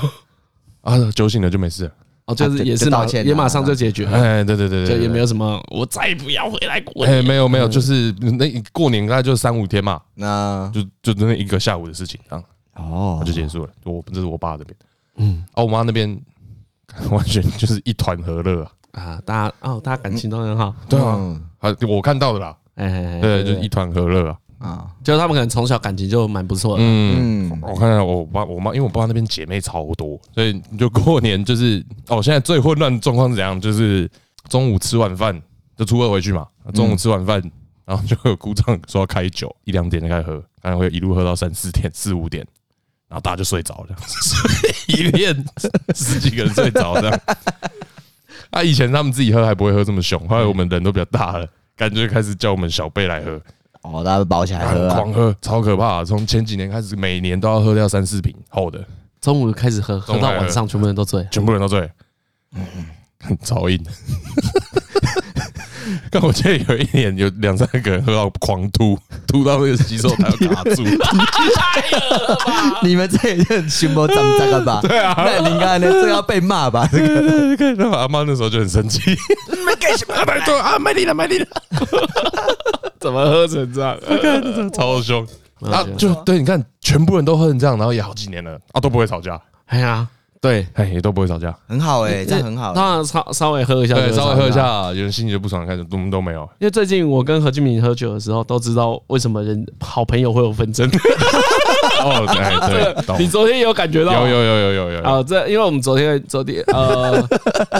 S2: *laughs* 啊，酒醒了就没事了。
S1: 哦，就是
S3: 就
S1: 也是
S3: 就
S1: 马
S3: 道歉啊
S1: 也马上就解决，
S2: 哎，对对
S1: 就
S2: 对对对，
S1: 也
S2: 对
S1: 没有什么，我再也不要回来过 *laughs*
S2: 哎、
S1: 年。
S2: 没有没有，就是那过年大概就三五天嘛，
S3: 那
S2: 就就那一个下午的事情，这样
S3: 哦
S2: 就结束了。我这是我爸这边，嗯，啊，我妈那边 *laughs* 完全就是一团和乐啊，
S1: 啊，大家哦，大家感情都很好，
S2: 对啊
S3: 嗯，
S2: 啊，我看到的啦，
S1: 哎，
S2: 对，就是一团和乐啊。
S3: 啊，
S1: 就是他们可能从小感情就蛮不错的。
S2: 嗯，
S3: 嗯，
S2: 我看看我爸我妈，因为我爸那边姐妹超多，所以就过年就是哦，现在最混乱的状况是怎样？就是中午吃晚饭就初二回去嘛，中午吃晚饭，然后就有姑丈说要开酒，一两点就开始喝，可能会一路喝到三四点、四五点，然后大家就睡着了，所以一片十几个人睡着这样。 *laughs* 啊，以前他们自己喝还不会喝这么凶，后来我们人都比较大了，感觉开始叫我们小辈来喝，
S3: 哦，大家包起来喝啊，
S2: 狂喝，超可怕！从前几年开始，每年都要喝掉三四瓶厚的，
S1: 中午开始喝，喝到晚上，全部人都醉。
S2: 全部人都醉，很超硬。但我记得有一年有两三个人喝到狂吐，吐到那个洗手台要卡住。
S3: 你们这也是很凶谋长这个吧？对啊，那你看呢，这个要被骂吧？这个
S2: 对对对，然后阿妈那时候就很生气，没干什么，阿对啊，卖力了，卖力了，
S1: *laughs* 怎么喝成这样？
S2: 超凶
S1: 了
S2: 啊！就对，你看，全部人都喝成这样，然后也好几年了啊，都不会吵架，
S1: 哎呀，对，
S2: 哎，也都不会吵架。
S3: 很好哎，这样很好欸。
S1: 当然稍稍微喝一下，
S2: 对，稍微喝一。下，有人心里就不爽，开始我们都没有。
S1: 因为最近我跟何俊明喝酒的时候，都知道为什么人好朋友会有纷争。
S2: 哦，哎，对，懂
S1: 你昨天有感觉到吗？
S2: 有有有有有有
S1: 啊、这因为我们昨天昨天呃，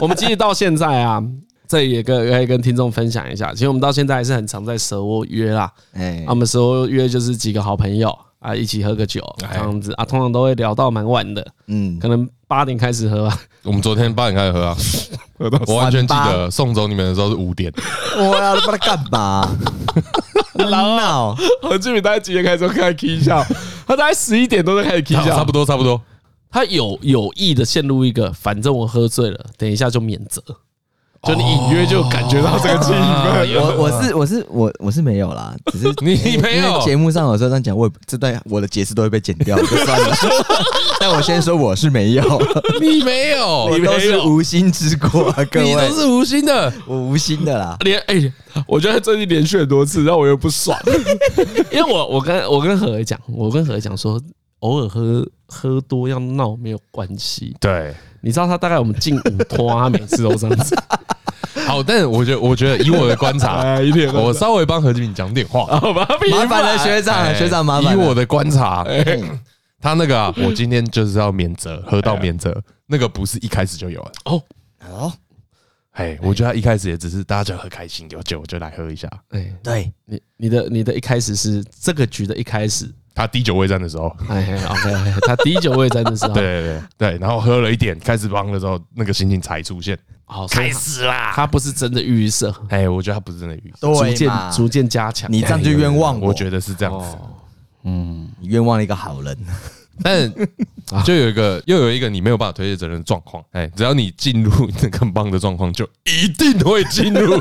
S1: 我们其实到现在啊，这也跟可以跟听众分享一下，其实我们到现在还是很常在蛇窝约啦。
S3: 哎
S1: 啊，我们蛇窝约就是几个好朋友啊，一起喝个酒这
S2: 哎
S1: 样子啊，通常都会聊到蛮晚的，
S3: 嗯，
S1: 可能八点开始喝啊吧。
S2: 我们昨天八点开始喝啊，我完全记得送走你们的时候是五点，
S3: 我要把它干 *laughs* 嘛？闹，
S1: *laughs* 何志明大概几点开始开始 K 笑？ *laughs* 他大概十一点多就开始 K
S2: 差不多差不多。
S1: 他有有意的陷入一个，反正我喝醉了，等一下就免责，就你隐约就感觉到这个气氛。
S3: 我我是我是我我是没有啦，只是
S2: 你
S3: 因
S2: 你
S3: 为
S2: 没有
S3: 因为节目上有时候这样讲，我也这段我的解释都会被剪掉，就算 *laughs* 了。但我先说我是没有，
S2: 你没有
S3: 我都是无心之过 *laughs* 啊，各
S2: 你
S3: 位
S2: 都，是无心的，
S3: 我无心的 *laughs* 啦。
S1: 连哎、我觉得最近连续很多次，让我又不爽， *laughs* 因为我我跟我跟何儿讲，我跟何儿讲说，偶尔喝喝多要闹没有关系，
S2: 对。
S1: 你知道他大概我们进五拖、啊，他每次都这样子，
S2: 好，但是我觉得，我觉得以我的观
S3: *laughs* 哎
S2: 察，
S1: 一点
S2: 我稍微帮何志敏讲点
S1: *laughs*
S2: 话。
S1: 好吧，平
S3: 麻烦
S1: 凡
S3: 了啊学长，
S2: 哎
S3: 学长麻
S2: 以
S3: 烦了。哎
S2: 我的观察，他那个啊，我今天就是要免责，喝到免责，
S3: 哎
S2: 那个不是一开始就有的。
S1: 哦，
S3: 哦，
S2: 哎，我觉得他一开始也只是大家就很开心，有酒就来喝一下。
S1: 哎、
S3: 对，
S1: 你你的你的一开始是这个局的一开始，
S2: 他滴酒未沾的时候，
S1: 哎哎，OK OK，他第一酒味真的是
S2: 对对对对，然后喝了一点，开始帮的时候，那个心情才出现。
S1: 好所以
S2: 开
S1: 他
S2: 始啦！
S1: 他不是真的预设，
S2: 哎，我觉得他不是真的鱼，
S1: 逐
S3: 对
S1: 渐
S3: 嘛，
S1: 逐渐加强，
S3: 你这样就冤枉
S2: 我
S3: 哎我，
S2: 觉得是这样子。
S1: 哦
S3: 你冤枉了一个好人。
S1: *laughs*
S2: 但
S1: 啊
S2: 就有一个又有一个你没有办法推卸责任的状况，哎，只要你进入那个帮的状况，就一定会
S1: *laughs*
S2: 进入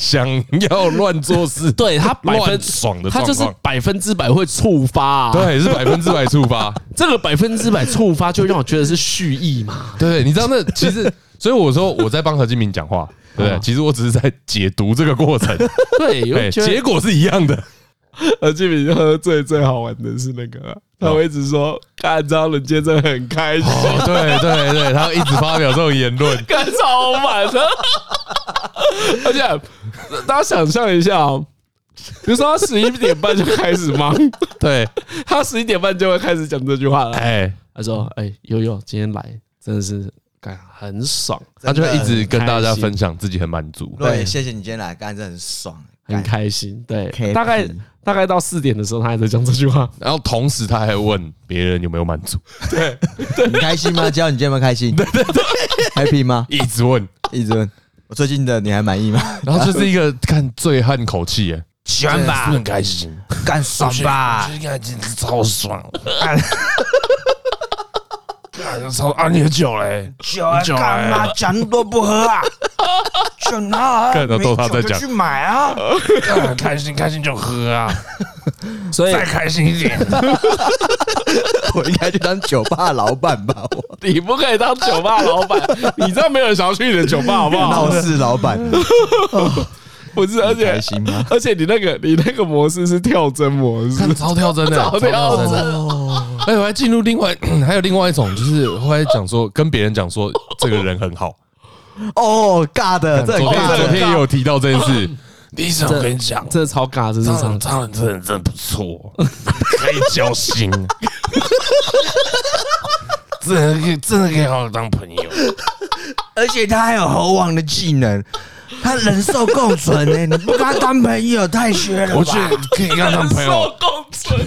S2: 想要乱做事、
S4: *laughs*
S1: 对他百分
S2: 乱爽的
S1: 他
S2: 状
S1: 就是
S2: 况。
S1: 百分之百会触发、啊，，
S2: 对，是百分之百触
S1: *laughs*
S2: 发。
S1: 这个百分之百触发就让我觉得是蓄
S4: *laughs*
S1: 意嘛，
S2: 对，你知道那其实，所以我说我在帮何金明讲话，对不对？其实我只是在解读这个
S1: *laughs*
S2: 过程，
S1: 对，
S2: 对，
S1: 哦我觉
S2: 结
S1: 得
S2: 果是一样的。
S4: 何俊明喝醉呃最好玩的是那个啊，他会一直说，看张人杰真的很开心， *laughs*
S2: 哦，对对对，他一直发表这种言论， *laughs*
S4: 看超满
S1: *laughs*
S4: 的。而且大家想象一下哦，比如说他十一点半就开始忙，
S2: 对，
S4: 他十一点半就会开始讲这句话了。
S2: 哎，
S1: 他说，哎，悠悠今天来真的是干很爽，
S2: 他就会一直跟大
S1: 很开
S2: 家
S1: 心
S2: 分享自己很满足。
S3: *laughs* 对，谢谢你今天来，干真的很爽。
S1: 很
S3: 干
S1: 开心，对
S3: KP，
S1: 大概大概到四点的时候他还在讲这句 *laughs* 话，
S2: 然后同时他还问别人有没有满足，
S3: 你开心吗？教你今天有没有开心？ *laughs* 对对对，happy 吗？
S2: 一直问，
S3: 一直问我最近的你还满意吗？
S2: 然后就是一个看醉汉口气耶，
S3: *laughs* 喜欢吧，很开心，干爽吧，
S2: 这个简直超爽， *laughs* 超啊你的酒
S3: *laughs*
S2: 嘞，
S5: 酒啊，干嘛讲那么多不喝
S6: *laughs*
S5: 啊？酒拿
S2: 看
S5: 来，
S2: 得
S5: 没
S2: 到他在
S5: 酒就
S2: 讲
S5: 去买啊！
S2: 开心开心就喝啊，
S1: 所以
S5: 开心一点，
S3: *laughs* 我应该去当酒吧老板吧，我
S1: 你不可以当酒吧老板， *laughs* 你知道没有人想要去你的酒吧好不
S5: 哦
S2: *laughs*
S1: 好？
S3: 闹事老板，
S4: 不是，而且
S3: 开
S1: *laughs*
S3: 心吗？
S4: 而且你那个你那个模式是跳针模式，
S2: 看超跳针
S1: *laughs*
S2: 的，超
S4: 跳针
S2: 哦。哎，我还进入另外 *clears throat* 还有另外一种，就是后来讲说跟别人讲说这个人很好，
S3: 哦，尬的，这
S2: 昨天
S3: 很尬
S2: 昨
S1: *laughs*
S3: 的，
S2: 天也有提到这件事，李医生，我跟你讲，
S1: 真的超尬，这是
S2: 蟑
S1: 超
S2: 螂蟑螂真的真的不错，可以交心，真的可以真的可以好好当朋友。
S3: 而且他还有猴王的技能，他人兽共存呢、
S6: *laughs*
S3: 你不跟他当朋友太缺了
S2: 我
S3: 吧
S2: 觉？得可以跟他当朋友，
S4: 共存，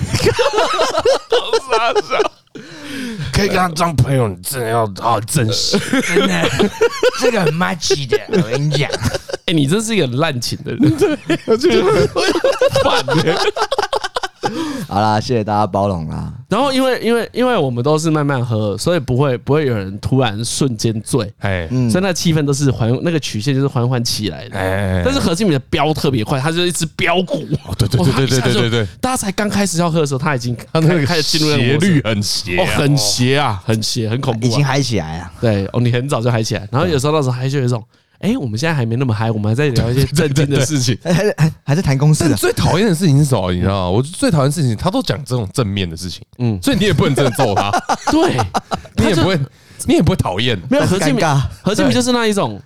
S2: 可以跟他当朋友，你真的要好好珍 *laughs* 惜。
S3: 真的，这个很 match 的，我跟你讲，
S1: 哎，你真是一个很滥情的 *laughs* 人，
S3: 好啦，谢谢大家包容啦。
S1: 然后因为因为因为我们都是慢慢喝，所以不会不会有人突然瞬间醉，
S2: *laughs* 哎
S3: 嗯
S1: 所以那气氛都是缓那个曲线就是缓缓起来的。
S2: 哎，哦
S1: 但是何敬敏的飙特别快，他就是一只飙股。
S2: 对对
S1: 哇
S2: 对对对对
S1: 他
S2: 对，对
S1: 一下就大家才刚开始要喝的时候，他已经他
S2: 那个
S1: 开始进入那个
S2: 斜
S1: 模式
S2: 率很斜
S1: 哦，
S2: 啊，
S1: 很邪啊，很邪，很恐
S3: 已
S1: 怖
S3: 经
S1: 啊。
S3: 嗨起来了，
S1: 对哦，你很早就嗨起来，然后有时候那时候嗨就有一种，哎，我们现在还没那么嗨，我们还在聊一些正经的事
S2: *laughs*
S1: 情。
S3: 哎还还还还在谈公事
S2: 但
S3: 啊？
S2: 最讨厌的事情是什么？你知道吗？我最讨厌的事情，他都讲这种正面的事情，
S1: 嗯
S2: 嗯，所以你也不能真的揍
S1: *laughs*
S2: 他，
S1: 对，
S2: 你
S1: 他
S2: 也
S1: 就
S2: 不会，你也不会讨厌。，
S1: 没有
S3: 但是
S1: 何敬明
S3: 尴尬，
S1: 何敬明就是那一种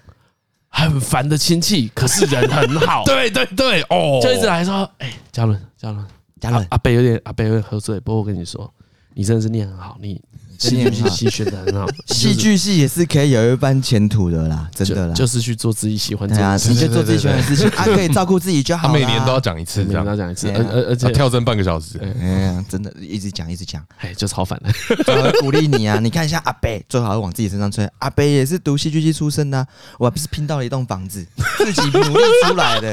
S1: 很烦的亲戚，可是人很好
S2: *laughs* 对对对，哦，
S1: 就一直来说，哎，嘉伦，嘉伦，
S3: 嘉伦
S1: 阿阿北有点阿北有点喝醉，不过我跟你说，你真的是念很好，你戏剧
S3: 真的很好
S1: 系学的很好，
S3: 戏剧系也是可以有一番前途的啦，真的
S1: 就
S3: 啦。
S1: 就是去做自己喜欢做
S3: 对啊
S1: 的，事
S3: 你
S1: 情。
S3: 就做自己喜欢的事情，啊，可以照顾自己就
S2: 他
S3: *laughs* 好啦
S2: 每年都要，讲一次
S1: 每
S2: 这
S1: 天
S2: 样
S1: 都，要讲一次，
S3: 对
S1: 而
S3: 啊
S1: 而而且
S2: 他跳针半个小时，
S3: 哎呀，真的一直讲一直讲，
S1: 哎，就超烦的。
S3: 我 *laughs* 会鼓励你啊！你看一下阿北，最好是往自己身上吹。阿北也是读戏剧系出身的啊、我还不是拼到了一栋房子，自己努力出来的。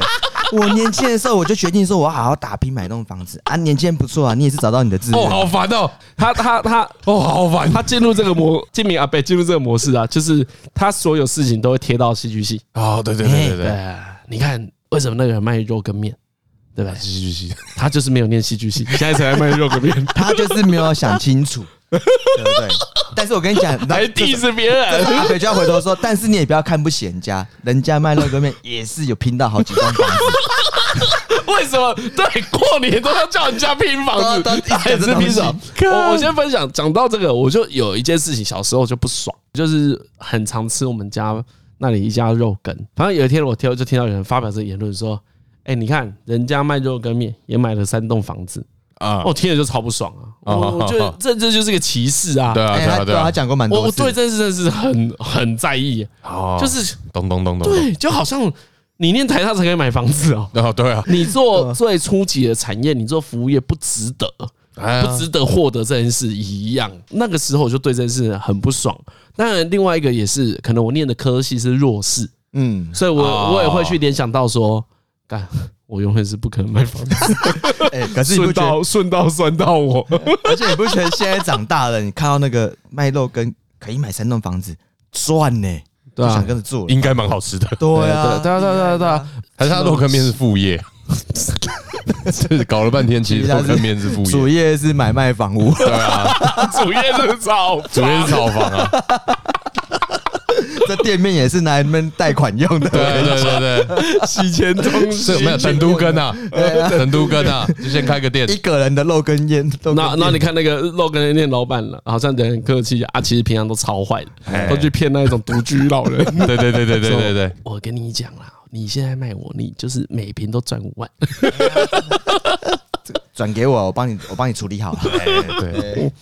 S3: 我年轻的时候我就决定说，我要好好打拼买一栋房子啊！年轻不错啊，你也是找到你的志愿。
S2: 哦，好烦哦，
S1: 他他他
S2: 哦，好烦，
S1: 他进入这个模，金明阿北进入这个模式啊，就是他所有事情都会贴到戏剧系。
S2: 哦，对对对对对，
S1: 啊，你看为什么那个人卖肉跟面，对吧？
S2: 继续继续，
S1: 他就是没有念戏剧系，现在才来卖肉跟面，
S3: 他就是没有想清楚，对不对？但是我跟你讲，
S1: 还
S3: 来
S1: 地是别人。
S3: 阿北就要回头说，但是你也不要看不起人家，人家卖肉羹面也是有拼到好几栋房子。
S1: 为什么？对，过年都要叫人家拼房
S3: 对啊
S1: 子，
S3: 对啊
S1: 还是拼什么
S3: 一直讲
S1: 我我先分享，讲到这个，我就有一件事情，小时候就不爽，就是很常吃我们家那里一家肉羹。反正有一天我听就听到有人发表这个言论说：“哎，你看人家卖肉羹面也买了三栋房子。”
S2: 啊
S1: 我，听了就超不爽啊！
S2: 哦
S1: 我我觉得这这就是个歧视啊！
S2: 对啊
S3: 哎
S2: 对
S3: 他
S2: 啊
S3: 对
S2: 对
S3: 啊他
S2: 啊，
S3: 讲过蛮
S1: 我
S3: 多
S1: 我
S3: 次，
S1: 对这件事真的是很很在意，
S2: 哦
S1: 就是
S2: 咚咚咚咚，
S1: 对，就好像你念台大才可以买房子哦。
S2: 哦对啊，
S1: 你做最初级的产业，你做服务业不值得，
S2: 哎呀
S1: 不值得获得这件事一样。那个时候我就对这件事很不爽。当然，另外一个也是，可能我念的科系是弱势，
S3: 嗯，
S1: 所以我
S2: 哦
S1: 我也会去联想到说，干，我永远是不可能买房子。
S3: 哎，可是你
S1: *laughs* 顺
S3: 不觉得
S1: 道顺道酸到 *laughs* 我，
S3: 而且你不觉得现在长大了，你看到那个卖肉羹可以买三栋房子，赚呢、
S1: 对啊
S3: 不想跟着做了。
S2: 应该蛮好吃的，
S3: 对
S1: 对对啊对啊对啊对啊，
S2: 还是他肉羹面是副
S1: *laughs*
S2: 业， *laughs* 这搞了半天，其实肉羹面是副
S3: 主
S2: 业，
S3: 业是买卖房屋，
S2: 对啊，
S1: 主业是找
S2: 主业是炒房啊，
S3: 这店面也是拿来们贷款用的。
S2: 对对对对，
S1: 洗钱中
S2: 是没有成都羹啊，成都羹啊，就先开个店
S3: 一，个人的肉羹烟，肉羹
S1: 那
S3: 店
S1: 那你看那个肉羹店老板了，好像人很客气啊，其实平常都超坏的，
S2: 哎
S1: 都去骗那一种独居老人。 *laughs*
S2: 对对对对对对对，
S1: 我跟你讲啦，你现在卖我，你就是每瓶都赚五万。
S3: 转给我，我帮你，我帮你处理好了。
S2: 对，
S3: 对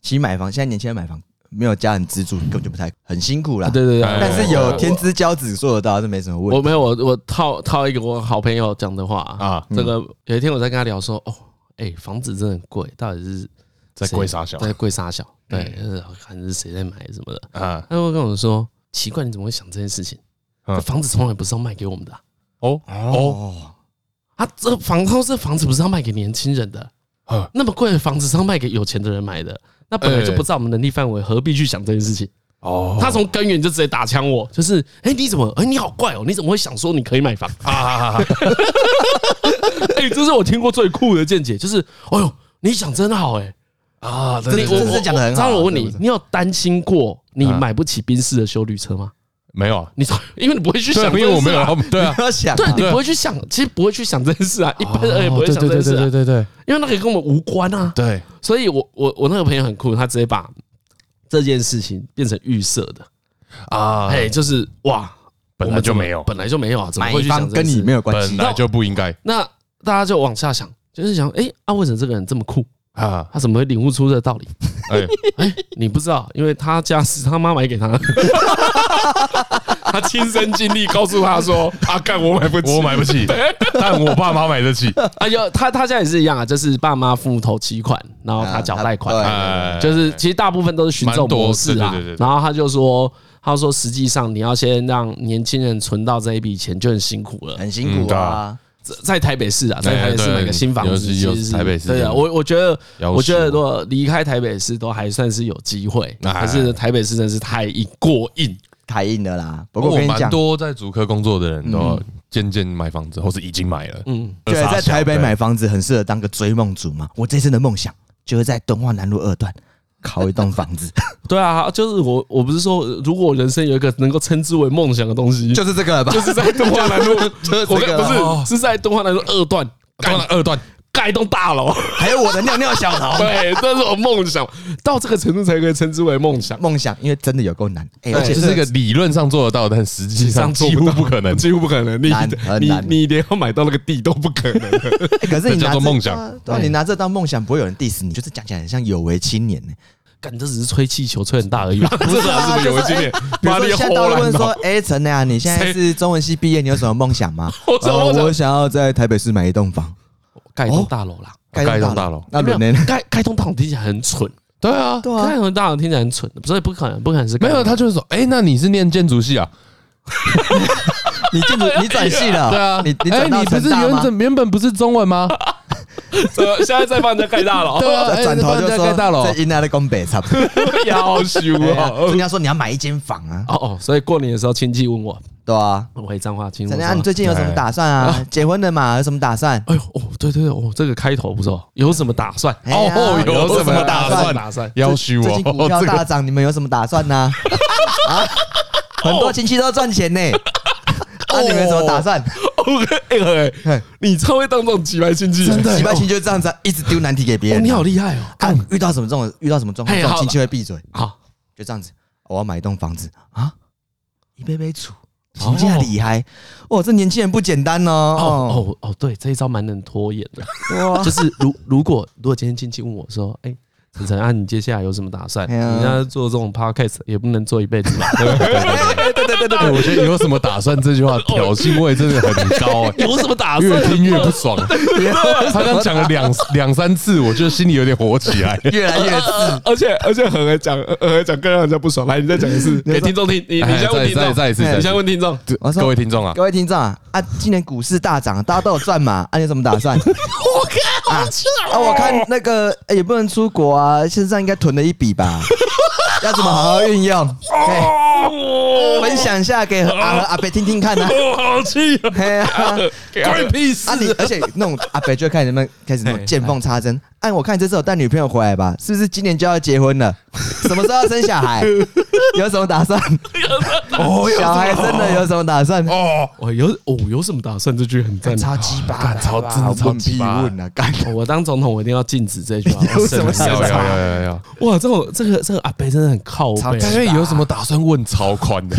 S3: 其实买房，现在年轻人买房没有家人资助，根本就不太很辛苦啦。
S1: 对，对对，
S2: 哎
S3: 但是
S1: 我
S3: 有天之骄子做得到，这没什么问
S1: 我
S3: 题。
S1: 没有我我套套一个我好朋友讲的话啊
S2: 啊，
S1: 这个有一天我在跟他聊说，哦，哎，房子真的很贵，到底是
S2: 在
S1: 谁
S2: 贵啥小嗯
S1: 在贵啥小？对，就是看是谁在买什么的。
S2: 啊，
S1: 他会跟我说，奇怪，你怎么会想这件事情？
S2: 嗯
S1: 这房子从来不是要卖给我们的啊。
S2: 哦哦，
S3: 哦，
S1: 啊，这房后这房子不是要卖给年轻人的
S2: 啊，
S1: 那么贵的房子是要卖给有钱的人买的，那本来就不在我们能力范围，何必去想这件事情？
S2: 哦，
S1: 他从根源就直接打枪我，就是，哎、你怎么，哎、你好怪哦，你怎么会想说你可以买房？
S2: *laughs*
S1: *laughs*
S2: 啊，
S1: 哎、这是我听过最酷的见解，就是，哎呦，你想真好、哎。啊，真
S3: 对这是讲得很好
S2: 啊
S1: 张，我问
S3: 对
S1: 你
S3: 不，对
S1: 你有担心过你买不起宾士的修旅车吗？
S2: 没有啊，
S1: 你从因为你不会去
S2: 对
S1: 想，
S2: 啊，因为我没有，啊，对啊
S3: 不，要想啊，
S1: 对你
S2: 对哦
S1: 不会去想，其实不会去想这件事啊，一般人也不会想这件事啊，
S2: 对对
S1: 因为那个跟我们无关啊。
S2: 对，
S1: 所以我我我那个朋友很酷，他直接把这件事情变成预设的，
S2: 啊，
S1: 哎，就是哇，
S2: 本来就没有，
S1: 本来就没有啊，怎么
S3: 买
S1: 会
S3: 一
S1: 去
S3: 方
S1: 想这
S3: 跟
S1: 件事
S3: 你没有关
S2: 啊本
S3: 系，
S2: 来就不应该
S1: 那大家就往下想，就是想，哎、啊，为什么这个人这么酷？
S2: 啊！
S1: 他怎么会领悟出这个道理？ *laughs*
S2: 哎，
S1: 你不知道，因为他家是他妈买给他
S2: *laughs*
S1: 的，
S4: 他亲身经历告诉他说：“啊，干我买不起，
S2: 我买不起，但我爸妈买得起。
S1: 啊，有他他家也是一样啊，就是爸妈付头期款，然后他缴贷款，
S3: 啊
S2: 哎，
S1: 就是其实大部分都是循这种模式啊
S2: 蛮多是对对对。对
S1: 然后他就说，他说实际上你要先让年轻人存到这一笔钱就很辛苦了，
S3: 很
S2: 嗯
S3: 辛苦啊。
S1: 在在台北市啊，在台北市
S2: 对对
S1: 买个新房
S2: 尤
S1: 子，
S2: 其
S1: 其实
S2: 尤其
S1: 是
S2: 台北市
S1: 对
S2: 这
S1: 啊，
S2: 样
S1: 我我觉得
S2: 要
S1: 我觉得
S2: 死
S1: 如果离开台北市都还算是有机会，
S2: 哎
S1: 可是台北市真是太硬过硬，
S3: 太硬的啦。不
S2: 不过
S3: 过我
S2: 我
S3: 跟你
S2: 哦蛮
S3: 讲，
S2: 多在主科工作的人都渐渐买房子，或是已经买了。
S1: 嗯，
S3: 觉得在台北买房子很适合当个追梦族嘛。我这次的梦想就是在敦化南路二段考一栋房
S2: *laughs*
S3: 子，
S1: 对啊，就是我我不是说，如果我人生有一个能够称之为梦想的东西，
S3: 就是这个了
S1: *laughs*
S3: 吧？
S1: 就是在东华南路，
S3: 就是
S1: 我
S3: 这个
S1: 跟不
S3: 了吧，
S1: 是是在东华南路二段
S2: 当然二段，
S1: 盖一栋大楼，
S3: *laughs*
S1: *laughs*
S3: 还有我的尿尿小桃
S1: 对，这是我梦想，到这个程度才可以称之为梦想，
S3: 梦想，因为真的有够难，
S1: 对
S3: 哎，而
S2: 这
S3: 且
S2: 是
S3: 这
S2: 一个
S3: 个
S2: 理论上做得到，但实际上
S1: 做
S2: 几乎
S1: 到
S2: 不可
S3: *laughs*
S2: 能。
S1: 几乎不可能，你
S3: 难很
S1: 你
S3: 难
S1: 你连要买到那个地都不可能，
S3: 哎可是你
S2: 这叫
S3: 拿
S2: 做
S3: 这
S2: 梦想嗯
S3: 对啊对啊，你拿这当梦想，不会有人 diss 你，就是讲起来很像有为青年呢。
S1: 干这只是吹气球吹很大而已
S3: *laughs*
S1: 吧，
S3: 不是啊，就是今年，比如说现在到了问
S2: 哦
S3: 说，哎，陈亮啊，你现在是中文系毕业，你有什么梦想
S2: *laughs*
S3: 吗？
S1: 我什么梦想
S3: 呃我想要在台北市买一栋房，
S1: 盖一栋大楼啦。
S2: 盖一栋大楼
S3: 哦那
S1: 没有
S3: 人呢？
S1: 盖盖栋大楼听起来很蠢，
S2: 对啊，
S3: *laughs* 对
S1: 盖
S3: 啊，
S1: 栋大楼听起来很蠢，所以不可能，不可能是盖
S2: 没有他就是说，哎，那你是念建筑系
S3: *laughs*
S2: 啊？
S3: 你进
S2: *laughs*
S3: 你转系了，
S2: 对啊，
S3: *laughs* 你你
S2: 哎，
S3: 转到
S2: 你不
S3: 成
S2: 是
S3: 大
S2: 原
S3: 吗？
S2: 本原本不是中文
S3: *laughs*
S2: 吗？
S1: 啊
S4: 呃现在在帮人家盖大楼，
S2: 对啊，哎
S3: 转头就
S2: 那
S3: 说
S2: 盖大楼
S3: 这，应该在工北差
S2: *laughs*
S3: 不多。
S4: 要修
S2: 哦
S3: 对啊
S4: 啊！
S3: 人家说你要买一间房啊，
S1: 哦哦，所以过年的时候亲戚问我，
S3: 对啊。
S1: 我回彰化亲戚问我
S3: 陈亮啊，
S1: 说
S3: 你最近有什么打算啊？结婚了嘛？有什么打算？
S1: 哎呦，哦，对对对，哦，这个开头不错，有什么打算？
S3: 嗯哎呀
S2: 哦有什么打算
S1: 打算？ *laughs*
S2: 要虚
S3: 最
S2: 我
S3: 近股票
S2: 这
S3: 大
S2: 个
S3: 涨，你们有什么打
S2: *laughs*
S3: 算呢？啊，很多亲戚都赚钱呢。
S2: 哦
S3: 那你们有什么打算？ *laughs* 嗯
S1: OK，哎、
S3: 嘿
S1: 你超会当这种几白亲戚，
S2: 哦
S3: 奇怪，亲戚就这样子啊，一直丢难题给别
S1: 哦，
S3: 人。
S1: 你好厉害哦！
S3: 啊，哦遇到什么这种遇到什么状况，
S1: 嘿
S3: 这种
S1: 好
S3: 亲戚会闭嘴，
S1: 好，
S3: 就这样子。哦我要买一栋房子啊，一杯杯煮，评价厉害。哇，这年轻人不简单哦。
S1: 哦哦哦，对，这一招蛮能拖延的，
S3: 哦，哇
S1: 就是如 *laughs* 如果如果今天亲戚问我说，哎、晨晨啊，你接下来有什么打算？
S3: 哎呀
S1: 人家做这种 podcast 也不能做一辈子吧？
S3: *laughs*
S2: 对对对对，我觉得有什么打算这句话挑衅味真的很高，
S3: *laughs*
S2: 哎
S1: 有什么打
S2: 越
S1: 算？
S2: 听越不爽。他刚讲了两两三次，我就心里有点火起来。
S3: *laughs* 越来越
S4: 呃而且而且很爱讲，
S1: 呃
S4: 很爱讲，更让人家不爽。来，你再讲一次，
S1: 给听众听，你你
S2: 哎
S1: 先问听
S2: 再
S1: 众，
S2: 再一次，
S1: 你
S2: 再一
S1: 先
S2: 次
S1: 问听众，
S3: 我说
S2: 各位听众啊，
S3: 各位听众啊，啊，今年股市大涨，大家都有赚嘛？啊，你有什么打算？
S1: 我靠，好哦气
S3: 啊，我看那个、欸也不能出国啊，身上应该囤了一笔吧？要怎么好好运用？嘿
S1: 哦
S3: 分享一下给阿和阿北听听看啊！
S4: 哦，好气啊！
S3: 嘿啊，
S4: 关你屁事
S3: *laughs* 啊你，而且那种阿北就会开始那开始那种见缝插针。哎，我看你这次有带女朋友回来吧？是不是今年就要结婚 *laughs* 了？什么时候要生小 *laughs* 孩？有什么打算？哦，小孩生了有什么打算？哦
S2: 哦，
S1: 我有哦，有什么打算？这句很赞。
S3: 超鸡巴，
S2: 干超真的超
S3: 问
S2: 级
S3: 屁
S2: 巴，
S3: 问啊，干！
S1: 我当总统，我一定要禁止这句啊话。
S3: *laughs* 有什么
S2: 要
S3: 打
S2: 要
S3: 算？
S2: 要要要。
S1: 哇，这种这个这个阿北真的很靠
S3: 超
S1: 背，
S2: 因为啊有什么打算问超宽
S3: *laughs*
S2: 的，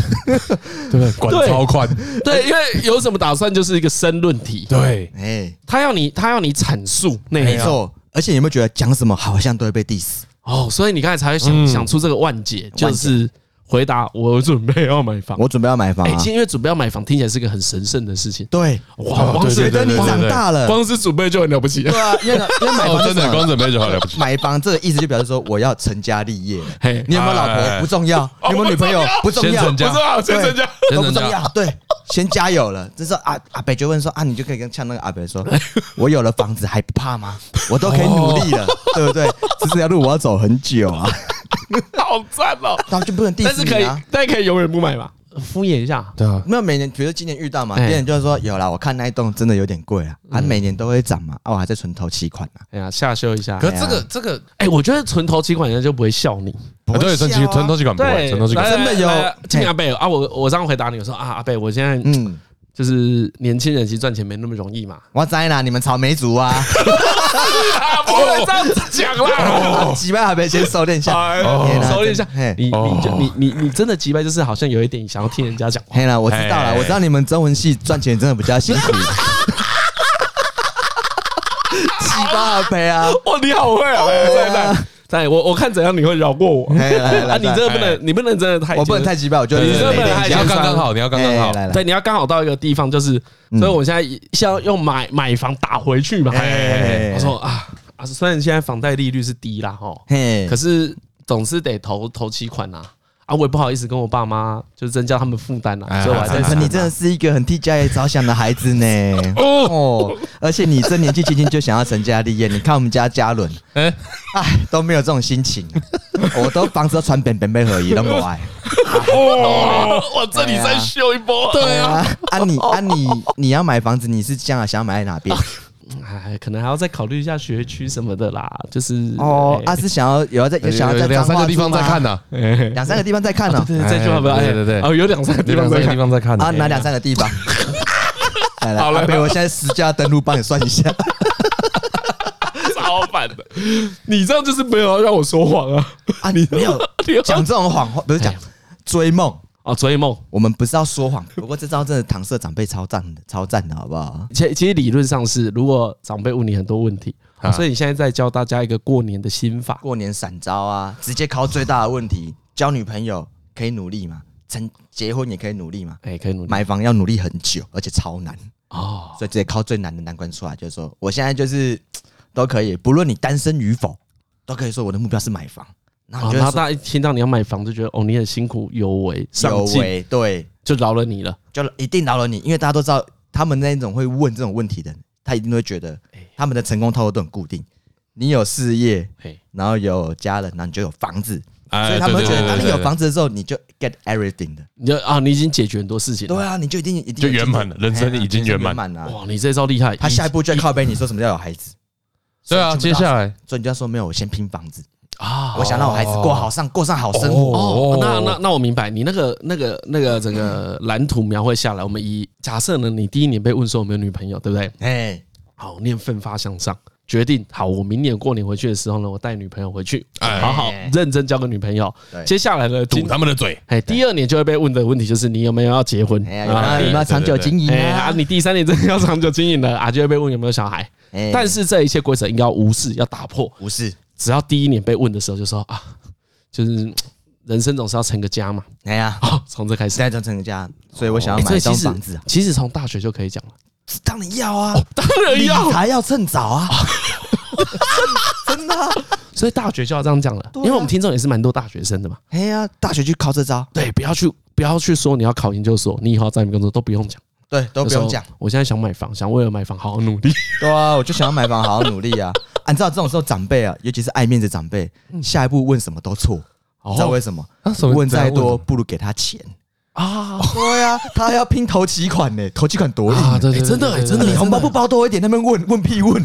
S2: 对，管超宽，
S1: 对，因为有什么打算就是一个申论题，
S2: 对，
S3: 哎。
S1: 他要你他要你阐述内容，
S3: 没错。而且你有没有觉得讲什么好像都会被 diss？
S1: 哦，所以你刚才才会想、
S2: 嗯
S1: 想出这个万解，就是回答我准备要买房。
S3: 我准备要买房
S1: 哎、
S3: 啊
S1: 其，实因为准备要买房听起来是一个很神圣的事情，
S3: 对，
S1: 哇，光
S2: 对
S1: 是
S3: 觉得你长大了，
S1: 光是准备就很了不起 *laughs* 了。
S3: 对啊，因为 *laughs* 因为买
S2: 哦，
S3: 房是
S2: 真的
S3: 什么
S2: 光准备就好了不起。
S3: 买房这个意思就表示说我要成家立业了
S1: 嘿。
S3: 你有没有老婆不重要，有没有女朋友哎哦不重
S2: 先
S3: 要，
S2: 成家
S4: 不是啊，先
S3: 对
S4: 生家，
S2: 先
S3: *laughs* 都不
S2: 成家
S3: 重要。哎对，先加油了。这时候阿阿北就问说啊，你就可以跟呛那个阿北说， *laughs* 我有了房子还不怕吗？我都可以努力了， *laughs* 对不对？这条路我要走很久啊，
S4: 好赞哦！
S3: 那就不能 diss
S4: 但是可以
S3: 你啊。，
S4: 但是可以永远不买嘛？
S1: 敷衍一下，
S2: 对啊，
S3: 没有每年，比如说今年遇到嘛，
S1: 哎
S3: 别人就是说有啦，我看那一栋真的有点贵啊，啊，每年都会涨嘛，啊，我还在存头期款啊，
S1: 哎呀，下修一下。
S2: 可
S1: 可
S2: 是这个这个，
S1: 哎、我觉得存头期款人家就不会笑你。
S2: 啊对，存期存头期款不会，存头期款
S1: 来
S3: 真的
S1: 来
S3: 有
S1: 来来进
S3: 嘿
S1: 阿贝啊，我我这样回答你，我说啊，阿贝，我现在
S3: 嗯，
S1: 就是年轻人其实赚钱没那么容
S3: *laughs*
S1: 易嘛。
S3: 我知啦，你们草莓族啊，
S4: 啊，不能这样子讲啦。
S3: *laughs* 几万还没先收哎敛一下，
S1: 哦
S3: 天哪
S1: 收敛一下
S3: 真嘿，哦
S1: 你你就你你你真的击败，就是好像有一点想要听人家讲话。
S3: 嘿啦，我知道了，我知道你们中文系赚钱真的比较辛苦。七八赔啊！
S4: 哇，你好会啊！来来来来，
S1: 在我我看怎样你会饶过我。
S3: 嘿哎来来
S1: 啊，
S3: 来
S1: 你真的不
S2: 哎
S1: 能，你不能真的太，
S3: 我不能太鸡巴，我就
S1: 你这本来
S2: 你要刚刚好，你要刚刚好
S3: 嘿。哎来来
S1: 对，你要刚好到一个地方，就是，
S3: 嗯
S1: 所以我现在先要用买买房打回去嘛。
S3: 哎
S1: 我说啊啊，虽然现在房贷利率是低啦哈，
S3: 嘿
S1: 可是总是得投投期款呐。啊，我也不好意思跟我爸妈就是增加他们负担
S2: 哎
S1: 啊，所以我还在
S3: 可是你真的是一个很替家里着想的孩子呢。哦，而且你这年纪轻轻就想要成家立业，你看我们家嘉伦，哎
S2: 哎，
S3: 都没有这种心情，我都房子都穿扁扁被合一，都我爱。
S2: 哎
S1: *laughs*
S4: 哦，我这里再秀一波。对啊，
S3: 啊，啊你啊你你要买房子，你是将来想要买在哪边？
S1: 哎，可能还要再考虑一下学区什么的啦，就是
S3: 哦，
S1: 哎
S3: 啊是想要有要在有想要在
S2: 呃两三个地方在看
S3: 呢， *laughs*
S2: 呢，
S3: 两三个地方在看呢
S1: 对，这句话不要
S2: 哎对对对
S1: 哎哦，有两三个地
S2: 两
S1: 方
S2: 三
S1: 在
S2: 个
S1: 看
S2: 地，方在看
S3: 啊，哪两三个地方？来来，阿北，我现在实价登录帮你算一下。
S4: 超反的，
S1: 你这样就是没有要让我说谎
S2: *laughs*
S1: 啊！
S3: 啊，你没有讲这种谎话，不是讲追梦。
S1: 哦，追梦，
S3: 我们不是要说谎，不过这招真的唐社长辈超赞的，超赞的好不好？
S1: 其其实理论上是，如果长辈问你很多问题，哦
S2: 啊
S1: 所以你现在在教大家一个过年的心法。
S3: 过年闪招啊，直接考最大的问题：交女朋友可以努力吗？成结婚也可以努力吗？
S1: 哎、可以努力
S3: 买房要努力很久，而且超难，
S1: 哦，
S3: 所以直接考最难的难关出来，就是说我现在就是嘖都可以，不论你单身与否，都可以说我的目标是买房。然后
S1: 哦
S3: 你就
S1: 然后
S3: 会说
S1: 大家一听到你要买房，就觉得哦，你很辛苦有为
S3: 有
S1: 上进，
S3: 为对，
S1: 就饶了你了。
S3: 就一定饶了你，因为大家都知道，他们那一种会问这种问题的人，他一定会觉得
S2: 哎
S3: 他们的成功套路都很固定。你有事业
S1: 嘿，
S3: 然后有家人，然后你就有房子，
S2: 哎
S3: 所以他们会觉
S2: 对对
S3: 得，当
S2: 对
S3: 你
S2: 对
S3: 有房子的时候，你就 get everything 的。
S1: 你就啊，你已经解决很多事情了。
S3: 对啊，你就一定一定
S2: 就圆满了人
S3: 啊
S2: 生已经圆满
S3: 满了。
S1: 哇，你这招厉害！
S3: 他下一步就要靠背你说什么叫有孩子，
S2: 对啊，接下来
S3: 所以你就要说没有，我先拼房子，
S1: 啊，
S3: 我想让我孩子过好上过上好生活。
S1: 哦，那那那我明白，你那个那个那个整个蓝图描绘下来，我们以假设呢，你第一年被问说有没有女朋友，对不对？
S3: 哎，
S1: 好，念奋发向上，决定好，我明年过年回去的时候呢，我带女朋友回去，
S2: 哎
S1: 好好认真交个女朋友
S3: 对。
S1: 接下来呢，
S2: 堵
S1: 今
S2: 他们的嘴，
S1: 哎第二年就会被问的问题就是你有没有要结婚
S3: 哎呀，有
S1: 啊？
S3: 没有有没有长久经营
S1: 哎啊，
S3: 啊？
S1: 你第三年真的要长久经营了啊，就会被问有没有小孩。
S3: 哎
S1: 但是这一切规则应该要无视，要打破。
S3: 不是，
S1: 只要第一年被问的时候，就说啊，就是人生总是要成个家嘛。
S3: 哎呀，
S1: 好，从这开
S3: 现
S1: 始。
S3: 在就成家，所以我想
S1: 哎
S3: 要买
S1: 这
S3: 一栋
S1: 其实
S3: 房子啊。
S1: 其实从大学就可以讲了。
S3: 当然要啊，
S1: 当然
S3: 理
S1: 要，
S3: 财要趁早啊，真的啊，
S1: 所以大学就要这样讲了，因为我们听众也是蛮多大学生的嘛。
S3: 哎呀，大学就靠这招，
S1: 对，不要去不要去说你要考研究所，你以后要在你工作都不用讲，
S3: 对，都不用
S1: 就
S3: 讲
S1: 说，。我现在想买房，想为了买房好好努力。
S3: 对啊，我就想要买房，好好努力啊。啊你知道这种时候长辈啊，尤其是爱面子长辈，
S1: 嗯
S3: 下一步问什么都错，
S1: 哦
S3: 你知道为什么？
S1: 啊
S2: 什么
S3: 问再多不如给他钱啊！对啊，他还要拼头期款呢，头期款多硬啊！
S1: 对
S4: 对
S1: 真
S4: 对
S1: 的欸
S4: 对
S1: 真的
S3: 你
S1: 欸
S3: 红包不包多一点，他们问问屁问，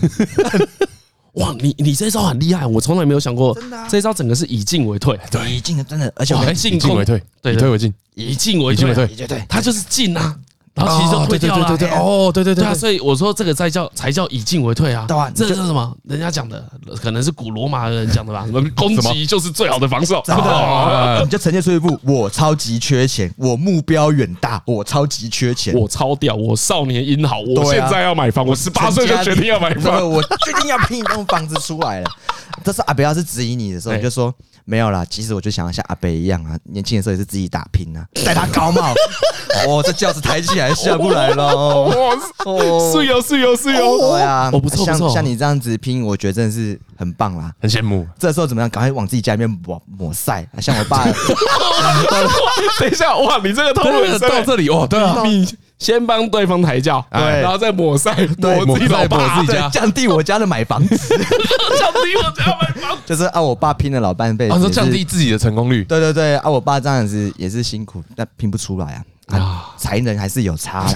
S1: 哇，你你这招很厉害，我从来没有想过
S3: 真的啊，
S1: 这招整个是以进为退，
S3: 对，已经真的，而且我
S2: 哇
S3: 跟你
S2: 以进为退，
S1: 对
S2: 以退为进，
S1: 以进为
S2: 以进为
S1: 退，
S2: 退，哦
S3: 对对，
S1: 他就是进啊，然后其实就退掉了啊。
S2: 对对对对，哦，对对对
S1: 对啊，所以我说这个才叫才叫以进为退啊
S3: 对啊！你
S1: 这
S3: 就
S1: 这是什么？人家讲的，可能是古罗马的人讲的吧？什么攻击就是最好的防守。
S3: 真的，啊
S2: 哦
S3: 你就呈现出一部我超级缺钱，我目标远大，我超级缺
S1: *laughs*
S3: 钱，
S1: 我超屌，我少年英豪，我
S3: 对
S1: 现
S3: 啊
S1: 在要买房，我十八岁就决定要买
S3: 对 *laughs*
S1: 房。
S3: 我决定要拼一栋房子出来了。这是阿北要是质疑你的时候，
S1: 对
S3: 你就说没有啦，其实我就想要像阿北一样啊，年轻的时候也是自己打拼啊，戴他高 *laughs* 帽，哦，这轿子抬起来下不来 *laughs* 喽。哦，
S1: 是哟是哟是哟，
S3: 对啊，
S1: 哦不错
S3: 像
S1: 不错
S3: 像你这样子拼，我觉得真的是很棒啦。
S2: 很羡慕。
S3: 这时候怎么样？赶快往自己家里面抹抹晒，啊像我爸
S1: *laughs* 等一下，哇，你这个套路很
S2: 对
S1: 深
S2: 到
S1: 欸
S2: 这里哦，对啊，
S1: 你先帮对方抬轿，
S2: 哎
S1: 然后再抹晒
S3: 对
S1: 抹自己老爸，
S2: 抹自己
S3: *laughs* 对
S2: 家
S3: 降低我家的买房子，
S1: *laughs* 降低我家买房。
S3: *laughs*
S1: 哦
S3: 就是啊，我爸拼了老半辈子，
S2: 啊，说
S3: 也是
S2: 降低自己的成功率，
S3: 对对对，啊，我爸这样子也是辛苦，但拼不出来啊，啊，才能还是有差啦。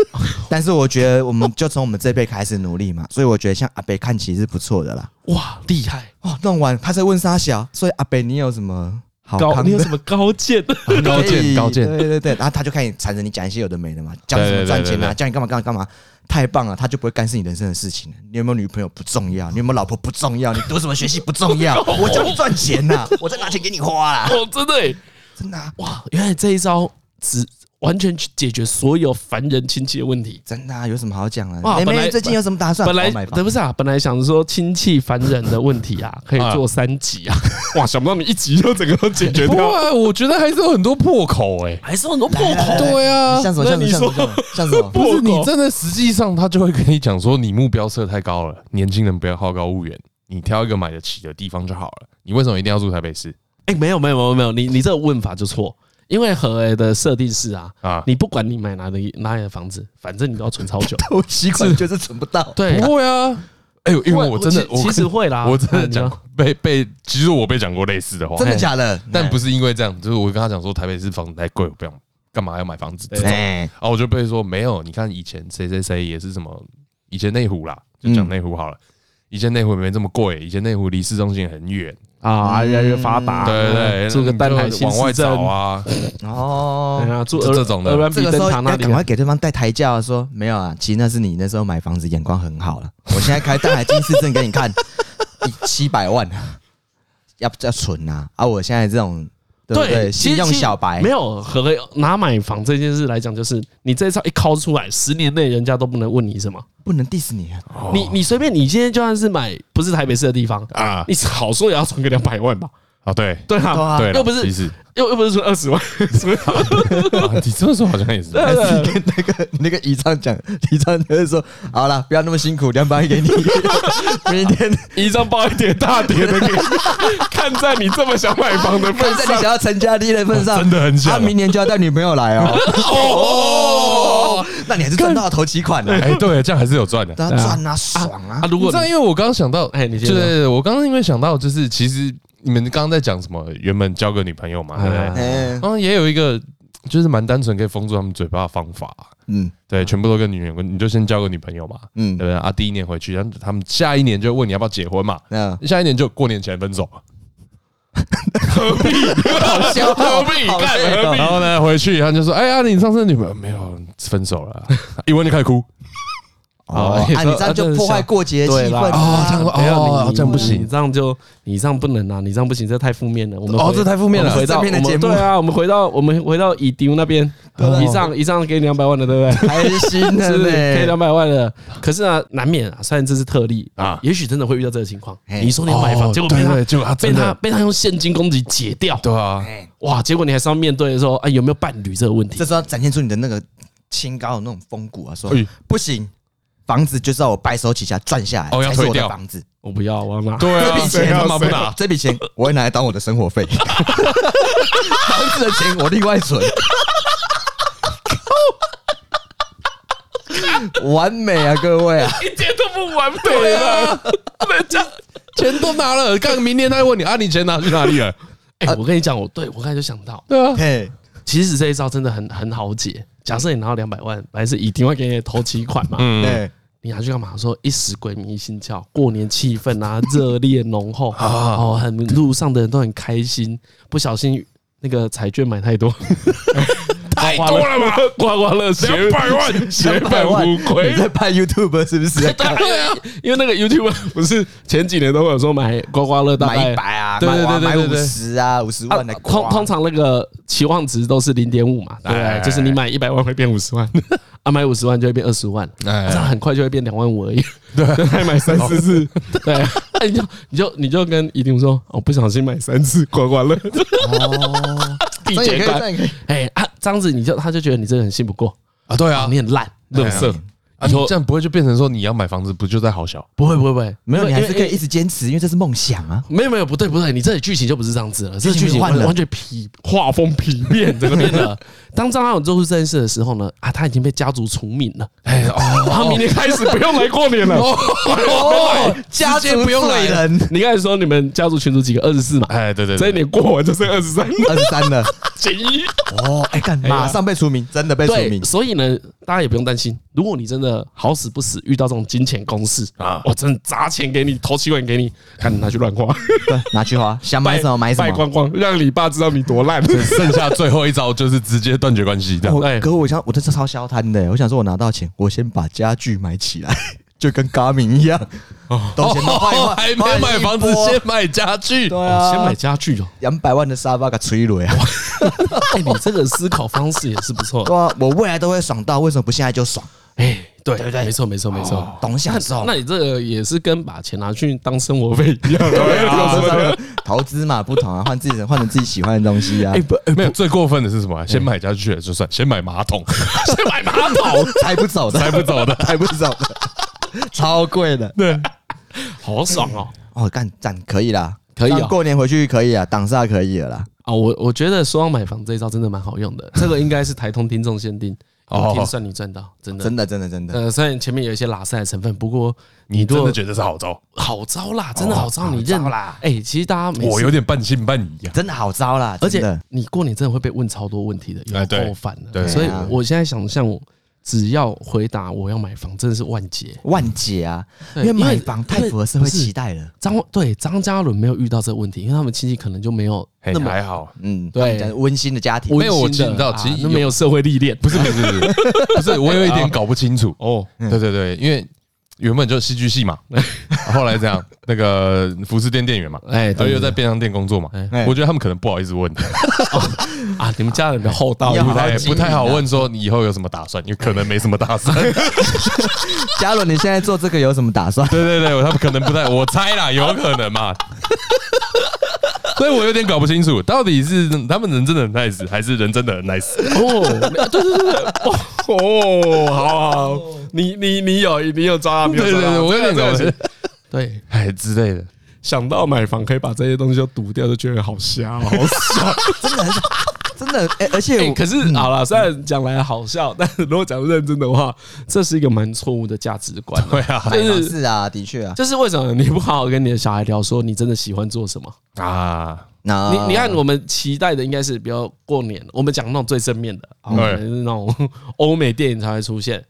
S3: *laughs* 但是我觉得我们就从我们这辈开始努力嘛，所以我觉得像阿北看齐是不错的啦。哦
S1: 哇，厉害！
S3: 哇，弄完他在问沙小，所以阿北你有什么好
S1: 高，
S3: 康啊
S1: 你有
S3: 的
S1: 什么高见？
S2: 高
S1: *laughs*
S3: 可以
S2: 见高见，
S3: 对对对，然后他就开始缠着你讲一些有的没的嘛，教你
S2: 对
S3: 怎么
S2: 对对
S3: 赚钱
S2: 对
S3: 啊，
S2: 对
S3: 教你干嘛干嘛干嘛，太棒了，他就不会干涉你人生的事情了。你有没有女朋友不重要，你有没有老婆不重
S2: *laughs*
S3: 要，你读什么学系不重要，我教你赚钱呐、我再拿钱给你花啦，
S1: 哦，真的欸
S3: 真的啊、
S1: 哇！原来这一招只完全去解决所有烦人亲戚的问题。
S3: 真的、啊，有什么好讲
S1: 哇
S3: 的？妹
S1: 本来
S3: 妹最近有什么打算？
S1: 本来
S3: 我买房
S1: 对不是啊，本来想说亲戚烦人的问题啊，可以做三集啊。哇，想不到你一集就整个都解决
S2: 不
S1: 掉，
S2: 啊，我觉得还是有很多破口哎、
S1: 还是有很多破口。
S2: 对啊，
S3: 像什么
S1: 那
S3: 像什么
S1: 你
S3: 像什么像什
S2: *laughs*
S3: 么？
S2: 不是
S1: 破口
S2: 你真的，实际上他就会跟你讲说，你目标设太高了，年轻人不要好高骛远，你挑一个买得起的地方就好了。你为什么一定要住台北市
S1: 哎，没有没有没有没有，你你这个问法就错，因为和儿的设定是啊，
S2: 啊？
S1: 你不管你买哪里哪里的房子，反正你都要存超久。
S3: 我习惯就是存不到，
S1: 对，
S2: 不会啊，哎呦，因为我真的，
S1: 其
S2: 我
S1: 其实会啦，
S2: 我真
S1: 啊
S2: 的
S1: 你说
S2: 讲被被，其实我被讲过类似的话，
S3: 真的假的？
S2: 但不是因为这样，就是我跟他讲说台北市房子太贵，我不想干嘛要买房子这种。
S3: 哎，
S2: 啊，我就被说没有，你看以前谁谁谁也是什么，以前内湖啦，就讲内湖好了。以前内湖没这么贵，以前内湖离市中心很远，
S1: 啊，越来越发达，
S2: 对对对，
S1: 嗯住个淡海
S2: 你就
S1: 新
S2: 往
S1: 市
S2: 外
S1: 镇
S2: 找，啊，
S3: 哦
S1: 对。啊，住
S2: 这这种的
S1: 尔
S3: 这
S1: 比
S3: 个时
S1: 灯
S3: 候
S1: 塔
S3: 要
S1: 那里啊
S3: 赶快给对方带抬轿，说没有啊，其实那是你那时候买房子眼光很好了。 *laughs* 我现在开大海金市证给你看，一七百万，要不要存啊？啊，我现在这种对不对？
S1: 其
S3: 信
S1: 实
S3: 用小白
S1: 其实没有和拿买房这件事来讲，就是你这一招一抠出来，十年内人家都不能问你什么。
S3: 不能 diss 你啊，
S2: 哦
S1: 你你随便，你今天就算是买不是台北市的地方
S2: 啊
S1: 啊，你好说也要存个两百万吧？
S2: 啊，对
S1: 对
S3: 对
S1: 啊，
S3: 啊
S2: 对啦，
S1: 又不是
S2: 其实
S1: 又又不是存二十万， *laughs* 所以
S2: 啊你这么说好像也是，
S1: 对
S3: 还是跟那个你那个遗唱讲，遗唱就是说，好了，不要那么辛苦，两百给你，明天
S1: 一张包一叠大叠的给你， *laughs* 看在你这么想买房的份
S3: 看在你
S1: 上
S3: 想，要成家立业的份上，
S2: 真的很想
S3: 他明年就要带女朋友来哦。哦， *laughs* 那你还是赚到了头期款了，
S2: 哎，对，这样还是有赚的。
S3: 当然赚啊，爽啊
S1: 啊，！如
S2: 你
S1: 果
S2: 知道，
S1: 你
S2: 因为我刚刚想到，
S1: 哎你
S2: 就
S1: 先说
S2: 是我刚刚因为想到，就是其实你们刚刚在讲什么，原本交个女朋友嘛，对不对？
S3: 哎，
S2: 然后也有一个就是蛮单纯可以封住他们嘴巴的方法，
S3: 嗯
S2: 对，全部都跟女人，你就先交个女朋友嘛，对不
S3: 嗯，
S2: 对？啊，第一年回去，然后他们下一年就问你要不要结婚嘛，
S3: 那
S2: 下一年就过年前分手，
S3: 好笑，
S1: 何必
S3: 好
S1: 干
S3: 笑
S1: 何
S2: 然后呢回去他就说，哎呀，你上次的女朋友没有分手 *laughs* 了啊，一问就开始哭，
S3: 哦，啊，你这样就破坏过节气
S1: 对啦
S3: 氛
S2: 哦这样
S3: 啊！
S2: 说
S1: 没有
S2: 哦
S1: 你
S2: 这样不行
S1: 你这样就你这样不能啊，你这样不行，这太负面了。我们
S2: 哦
S1: 回
S2: 这太负面了
S1: 我们回到
S3: 这
S1: 我
S3: 边的
S1: 们
S3: 节目
S1: 对啊，我们回到我们回到乙丢那边，
S3: 对
S2: 啊
S1: 一上一上给你两百万的，对不
S2: *laughs*
S1: 对？
S3: 开心
S1: 是
S3: 的
S1: 不是可以
S3: 呢
S1: 两，百万的，可是啊，难免啊，虽然这是特例
S2: 啊
S1: 啊，也许真的会遇到这个情况。
S3: 嘿
S1: 你说你要买房，
S2: 哦
S1: 结果
S2: 对
S1: 被
S2: 对，
S1: 他
S2: 就啊，
S1: 被
S2: 真
S1: 他
S2: 的，
S1: 被他用现金攻击解掉，
S2: 对啊，
S3: 哎
S1: 哇！结果你还是要面对说，哎，有没有伴侣这个问题
S3: 这？时候展现出你的那个清高的那种风骨啊，说
S2: 哎
S3: 不行，房子就是要我白手起家赚下来
S2: 哦要
S3: 才是
S2: 推
S3: 我的
S2: 掉
S3: 房子，
S1: 我不要，我要拿。
S2: 对
S3: 这
S2: 啊，
S3: 笔
S2: 谁
S3: 钱
S2: 他妈不拿？
S3: 这笔钱我会拿来当我的生活费，房子的钱我另外存。完美啊，各位啊！
S1: *laughs* 一点都不完美
S2: 啊
S1: 了， *laughs* 人家。
S2: 钱都拿了，干明天他问你啊，你钱拿去哪里了？
S1: 哎，我跟你讲，我对我刚才就想到，
S2: 对啊，
S3: 嘿，
S1: 其实这一招真的很很好解。假设你拿到两百万，本来是一定会给你投期款嘛，
S2: 嗯，
S3: 对，
S1: 你拿去干嘛？说一时鬼迷心窍，过年气氛
S2: *laughs*
S1: 啊热烈浓厚，
S2: 啊
S1: 哦，很路上的人都很开心，不小心。那个彩券买太多，
S2: *laughs* 太多了吧？
S1: 刮刮乐血
S2: 两百万， *laughs* 血
S3: 百
S2: 本
S3: 万，
S2: 无
S3: 你
S2: 归。
S3: 在拍 YouTube 是
S2: *laughs*
S3: 不是？
S1: *laughs* 对啊，因为那个 YouTube 不是前几年都会有说买刮刮乐，大
S3: 买
S1: 概
S3: 一百啊，
S1: 对对
S3: 买
S1: 对
S3: 买
S1: 对
S3: 五
S1: 对对
S3: 十啊，五十
S1: 啊
S3: 万的刮
S1: 通通常那个期望值都是零点五嘛，对不
S2: 哎
S1: 对？就是你买一百万会变五
S3: *laughs*
S1: 十万，啊，买五十万就会变二十万，
S2: 哎
S1: 这样很快就会变两万五而已。对，还 *laughs* 买三四次，对，那你就你就你就跟一定说，哦我不小心买三次刮刮乐，
S3: 哦，
S1: *laughs* 地
S3: 这也
S1: 铁
S3: 可以，
S1: 关，
S3: 这也可以。
S1: 哎啊，这样子你就他就觉得你这个人信不过
S2: 啊，对
S1: 啊
S2: 啊，，
S1: 你很烂，
S2: 哎
S1: 垃
S2: 呀
S1: 圾。
S2: 啊，你这样不会就变成说你要买房子不就在好小？
S1: 不会不会不会，
S3: 没有，
S1: 因为
S3: 你还是可以。
S1: 因
S3: 一
S1: 为
S3: 直坚持，因为这是梦想啊。
S1: 没有没有，不对不对，你这里剧情就不是这样子了，这个
S3: 剧情
S1: 剧情
S3: 换
S1: 完
S3: 了
S1: 完全皮画风皮变，整个变
S3: *laughs*
S1: 了。当张翰勇做出这件事的时候呢，啊，他已经被家族除名了，
S2: 哎哦，
S1: 他明年开始不用来过
S3: *laughs*
S1: 年了。
S3: 哦，家
S2: 直接不用来
S3: 罪人，
S1: 你刚才说你们家族群组几个？二十四嘛，
S2: 哎，对对
S1: 这一
S2: 对，
S1: 年过完就剩二十
S3: *laughs*
S1: 三
S3: *laughs* 二十三了。哎
S1: 减一。
S3: 哦，哎，干，马上被除名，真的被除
S1: 对
S3: 名，。
S1: 所以呢，大家也不用担心，如果你真的的好死不死遇到这种金钱攻势啊
S2: 啊，
S1: 我真的砸钱给你，投七万给你，看你拿去乱花，
S3: 对，拿去花，想买什么买什
S1: 败
S3: 么。
S1: 光光，让你爸知道你多烂。
S2: 剩下最后一招就是直接断绝关系，这样
S3: 我
S1: 哎
S3: 哦可我想，我这次超消摊的，我想说，我拿到钱，我先把家具买起来，就跟嘎明一样， *laughs* 都哦先换一换，
S2: 哦还没买房子，先买家具。
S3: 对
S1: 哦 *laughs* 先买
S3: 啊，
S1: 家具哦，
S3: 两百万的沙发给催泪啊！
S1: *laughs* 哎，你这个思考方式也是不错的
S3: *laughs* 对。啊，我未来都会爽到，为什么不现在就爽？
S1: 哎，对对对，没错没错没错。
S3: 懂享受
S1: 那。你这个也是跟把钱拿去当生活费 *laughs* 一样。哎
S3: 啊投资嘛不同啊，换自己换成自己喜欢的东西啊，
S2: 没有，最过分的是什么？啊先买家具了就算，先买马桶， *laughs*
S1: 先买马桶，
S3: 才不走的，
S2: 才不走的。
S3: 才不
S1: *laughs*
S3: 走的，超贵的。
S1: 好爽哦！
S3: 哦，干赞可以啦，
S1: 可以哦
S3: 这样过年回去可以啊，挡煞可以了啦。
S1: 啊，我我觉得说到买房这一招真的蛮好用的，这个应该是台通听众限定，
S2: 哦
S1: 一听算你赚到，真的
S3: 真的真的真的，
S1: 呃，虽然前面有一些拉塞的成分，不过
S2: 你
S1: 如
S2: 真
S1: 果
S2: 的觉得是好招？
S1: 好招啦，真的好招，你认啦。哎，其实大家每次
S2: 我有点半信半疑啊呀。
S3: 真的好招啦，
S1: 而且
S3: 真的
S1: 你过年真的会被问超多问题的，
S2: 哎
S1: 有
S2: 对
S1: 够烦的。
S2: 对
S1: 所以
S3: 啊
S1: 我现在想象，我只要回答我要买房，真的是万劫。
S3: 万解啊，
S1: 对
S3: 因为
S1: 因为
S3: 买房太符合社会期待了。
S1: 张对张嘉伦没有遇到这个问题，因为他们亲戚可能就没有
S2: 嘿
S1: 那么
S2: 还好，
S3: 嗯，
S1: 对
S3: 他们讲温馨的家庭哎
S1: 温馨的
S2: 没有我知道其实
S1: 啊
S2: 有
S1: 那没有社会历练，
S2: 不是不是不是不是，我有一点搞不清楚。
S1: 哦，
S2: 对对对，因为原本就戏剧系嘛， *laughs* 后来这样那个服饰店店员嘛，
S1: 哎，
S2: 然后
S1: 对
S2: 又在便当店工作嘛，
S1: 哎
S2: 我觉得他们可能不好意思问，
S1: 啊，你们家人比较厚 *laughs* 道，对
S3: 要好
S1: 不
S3: 好
S1: 对
S2: 哎，
S3: 经营啊
S2: 不太好问说你以后有什么打算，因为可能没什么打算。
S3: 嘉伦，你现在做这个有什么
S1: *laughs*
S3: 打算？
S2: 对对对，他们可能不 *laughs* 太，我猜啦，有可能嘛。所以我有点搞不清楚，到底是他们人真的很 nice，还是人真的很 nice？
S1: 哦，没对对对对，哦哦，好好，你你你有你有抓到，你有
S2: 对
S1: 抓
S2: 对对，
S1: 到，
S2: 我有点搞不
S1: 这
S2: 清
S1: 个，对，
S2: 哎之类的。
S1: 想到买房可以把这些东西都赌掉，就觉得好瞎哦，好爽。
S3: 真的很少，真的，哎而且
S1: 欸
S3: 我
S1: 可是好了，虽然讲来好笑，但是如果讲认真的话，这是一个蛮错误的价值观。
S2: 对啊
S1: 就
S3: 买房
S1: 是
S3: 是啊，的确啊，
S1: 就是为什么你不好好跟你的小孩聊，说你真的喜欢做什么？
S2: 啊，
S3: 那
S1: 你你看，我们期待的应该是，比如过年，我们讲那种最正面的，啊，
S2: 对
S1: 可能是那种欧美电影才会出现。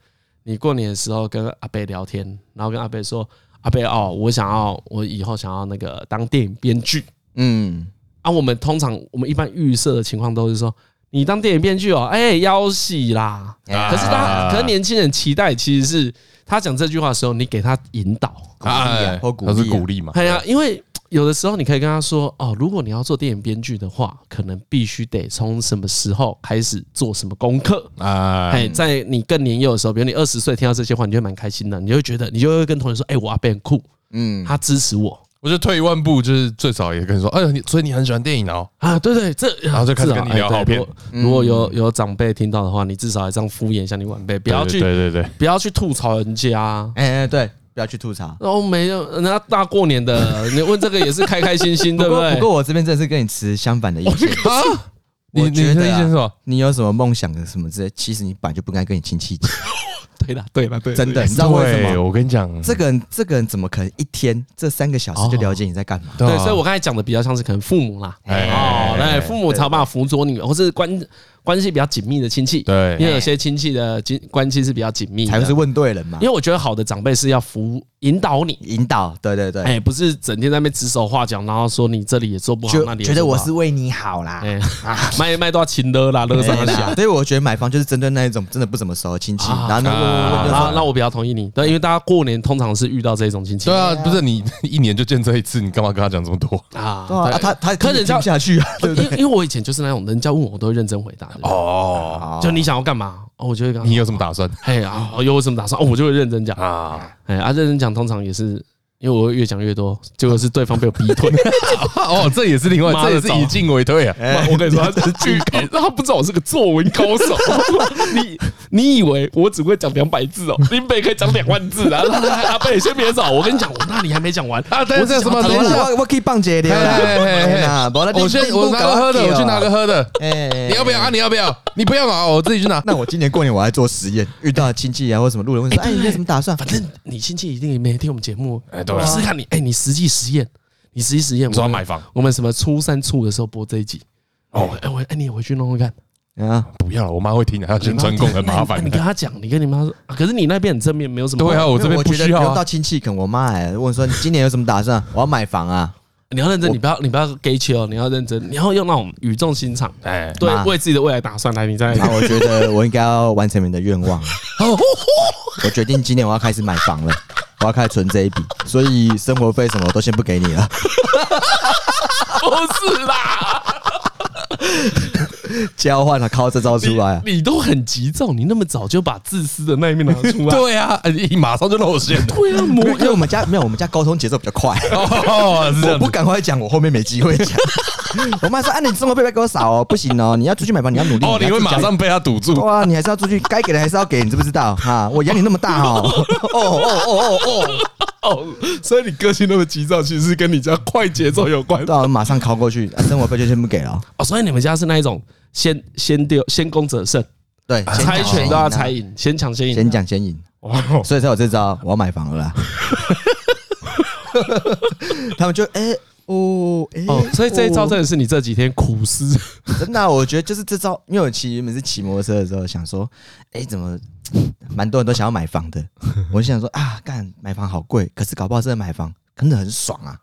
S1: 你过年的时候跟阿贝聊天，然后跟阿贝说：“阿贝哦，我想要，我以后想要那个当电影编剧。”
S3: 嗯，
S1: 啊，我们通常我们一般预设的情况都是说，你当电影编剧哦，哎、要戏啦。
S3: 哎
S1: 可是他，可是年轻人期待其实是他讲这句话的时候，你给他引导。
S2: 哎，
S3: 或鼓
S2: 他是
S3: 励啊
S2: 鼓励嘛？
S1: 哎呀，因为有的时候你可以跟他说，哦，如果你要做电影编剧的话，可能必须得从什么时候开始做什么功课。
S2: 啊，
S1: 哎，在你更年幼的时候，比如你二十岁听到这些话，你就会蛮开心的，你就会觉得，你就会跟同学说，哎，我阿贝很酷，
S3: 嗯，
S1: 他支持我
S2: 我觉得退一万步，就是最少也跟你说，哎，你所以你很喜欢电影哦？
S1: 啊，对对，这
S2: 然后就开始跟你
S1: 至少
S2: 聊
S1: 哎
S2: 好
S1: 对
S2: 片嗯
S1: 如果如果有有长辈听到的话，你至少还这样敷衍一下你晚辈，不
S2: 不
S1: 要去
S2: 对对对，
S1: 不要去吐槽人家啊。
S3: 哎哎对，不要去吐槽。
S1: 然后没有，人家大过年的，你问这个也是开开心
S2: *laughs*
S1: 心，
S3: 不
S1: 对
S3: 过
S1: 对？
S3: 不过我这边真的是跟你持相反的意见。
S2: 啊，你
S3: 我
S2: 你
S3: 觉
S2: 的
S3: 得啊
S2: 意见是什么？
S3: 你有什么梦想的什么之类，其实你本来就不该跟你亲戚
S2: *laughs*
S3: 讲，
S1: 对啦，对啦，对啦，
S3: 真的，你知道为什
S2: 对
S3: 么？
S2: 哎我跟你讲，
S3: 这个人这个人怎么可能一天这三个小时就了解你在干嘛？
S2: 对
S1: 对，
S2: 啊
S1: 所以我刚才讲的比较像是可能父母啦，
S2: 哎
S1: 哦，对，父母
S3: 对
S1: 才有办法辅佐你，或是关关系比较紧密的亲戚，
S2: 对
S1: 因为有些亲戚的亲关系是比较紧密的，
S3: 才会是啊问对人嘛
S1: 因为？我觉得好的长辈是要辅引导你，
S3: 引导，对对对，
S1: 哎，不是整天在那边指手画脚，然后说你这里也做不好，那
S3: 就
S1: 里也
S3: 觉得
S1: 做不
S3: 我
S1: 好
S3: 是为你好啦。
S1: 哎， *laughs* 卖卖都要亲的啦，乐上
S3: 哎
S1: 下
S3: 啦。所以我觉得买房就是针对那一种真的不怎么熟的亲戚，然后呢问问问问就
S1: 啊，
S3: 说，
S1: 那我比较同意你，对，因为大家过年通常是遇到这种亲戚
S2: 对啊，不是你 *laughs* 一年就见这一次，你干嘛跟他讲这么多？
S1: 啊
S3: 对啊啊，他他
S1: 可
S3: 可
S1: 能
S3: 能
S1: 叫
S3: 听不下去啊，对
S1: 因
S3: 不对？
S1: 为因为我以前就是那种人家问我，我都会认真回答的。哦，
S2: 哦，
S1: 就你想要干嘛？哦，我就会跟他说
S2: 你有什么打算
S1: 嘿啊，有我什么打算？哦，我就会认真讲。
S2: 嗯啊？
S1: 哎啊，认真讲通常也是因为我会越讲越多，结果是对方被我逼
S2: *laughs*
S1: 退。
S2: *laughs* 哦，这也是另外，
S1: 妈的
S2: 这也是
S1: 早
S2: 以进为 *laughs* 退啊。
S1: 我跟你说，他是巨高， *laughs* 他不知道我是个作文高手。 *laughs* 你你以为我只会讲两百
S2: *laughs*
S1: 字哦？林北可以讲两万字啊！ *laughs* 阿贝先别走，我跟你讲，我那里还没讲完 *laughs* 啊！
S2: 等一下什么
S3: 好
S2: 等一
S3: 啦
S2: 下
S3: 我我可以棒姐的啦
S2: 嘿嘿嘿嘿
S3: 哎呀，没啦
S2: 我先我拿个喝的，我去拿个。喝的。
S3: 你你啊哎，
S2: 你要不要啊？你要不要？你不要嘛，哦我自己去拿。
S3: 那我今年过年我还做实验，遇到亲戚啊或什么路人问说，哎，你有什么打算？
S1: 反正你亲戚一定也没听我们节目，
S2: *laughs* 哎对啊
S1: 我试试看你，哎，你实际实验，你实际实验，
S2: 说要
S1: 我们
S2: 买房
S1: 我们什么初三初五的时候播这一集哦，哎我哎你也回去弄弄看，
S3: 啊，
S2: 不要了，我妈会听的，她宣传供很麻烦
S1: 你。跟他讲，你跟你妈说，啊可是你那边很正面，没有什么。
S2: 对啊，，我
S3: 我
S2: 这边
S3: 我
S2: 不
S3: 觉得
S2: 需
S3: 不
S2: 要
S3: 用到
S2: 啊。
S3: 亲戚跟我妈来问说你今年有什么打算？我要买房啊，
S1: 你要认真，你不要你不要 gay 切哦，你要认真，你要用那种语重心长，
S2: 哎，
S1: 对
S3: 妈，
S1: 为自己的未来打算。来，你再 *laughs*
S3: 然后我觉得我应该要完成你的愿
S2: *laughs*
S3: 望。啊
S2: 哦
S3: 我决定今年我要开始买房了， *laughs* 我要开始存这一笔，所以生活费什么都先不给你了。 *laughs*
S1: 不是啦，
S3: 交换了，靠这招出来啊！
S1: 你都很急躁，你那么早就把自私的那一面拿出来，
S2: *laughs* 对啊，哎你马上就露 *laughs* 馅了。
S1: 对啊，
S3: 因为
S1: 磨
S3: 因为我们家没有，我们家沟通节奏比较快，
S2: *laughs* 哦，是这
S3: 我
S2: 样
S3: 不
S2: 子。
S3: 赶快讲，我后面没机会讲。我妈说：“啊，你生活费不要给我少哦，不行哦，你要出去买房，你要努力。”
S2: 哦，你会马上被他堵
S1: *laughs*
S2: 住。
S3: 哇，你还是要出去，该给的还是要给，你知不知道？哈，我养你那么大哦，
S1: *laughs*
S3: 哦哦哦哦
S2: *laughs*
S3: 哦，
S1: 哦，所以你个性那么急躁，其实是跟你家快节奏有关
S3: 对啊，马上靠过去，啊生活费就先不给了。
S1: 哦。所以你们家是那一种先先丢先攻者胜，
S3: 对，先
S1: 猜
S3: 讲先
S1: 拳哦
S3: 赢
S1: 都要
S3: 啊
S1: 猜赢，先抢先赢。
S3: 先讲先赢，所以才有这招，我要买房了啦。 *laughs* 他们就哎、哦哎、
S1: 哦，所以这一招
S3: 哦
S1: 真的是你这几天苦思。
S3: 真的啊、我觉得就是这招，因为我骑原本是骑摩托车的时候想说，哎、怎么蛮多人都想要买房的，我就想说啊，干买房好贵，可是搞不好真的买房真的很爽啊，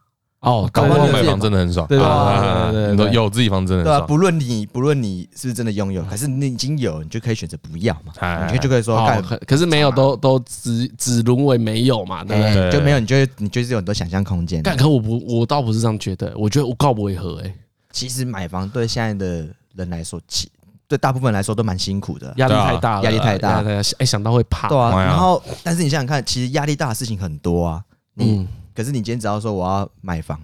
S1: 哦，
S2: 搞不好
S3: 对
S2: 买
S3: 对
S2: 房真的很爽，
S1: 对对
S2: 啊
S1: 对对对
S2: 你都
S1: 对
S2: 有自己房真的
S3: 对啊，
S2: 很爽。
S3: 不论你不论你是不是真的拥
S1: 嗯
S3: 有，可是你已经有，你就可以选择不要嘛，
S2: 哎
S3: 你就可以说干啊
S1: 哦，可可是没有都都只只沦为没有嘛，对不对？
S2: 对
S3: 哎就没有，你就会你就是有很多想象空间。
S1: 但可我不，我倒不是这样觉得，我觉得我告不为
S3: 啊
S1: 何，哎，
S3: 其实买房对现在的人来说，其对大部分人来说都蛮辛苦的啊。
S1: 压力太大了，
S3: 对啊压力太大
S1: 哎，哎想到会怕。
S3: 对啊，
S2: 哎呀
S3: 然后但是你想想看，其实压力大的事情很多啊。你、
S1: 嗯，
S3: 可是你今天只要说我要买房，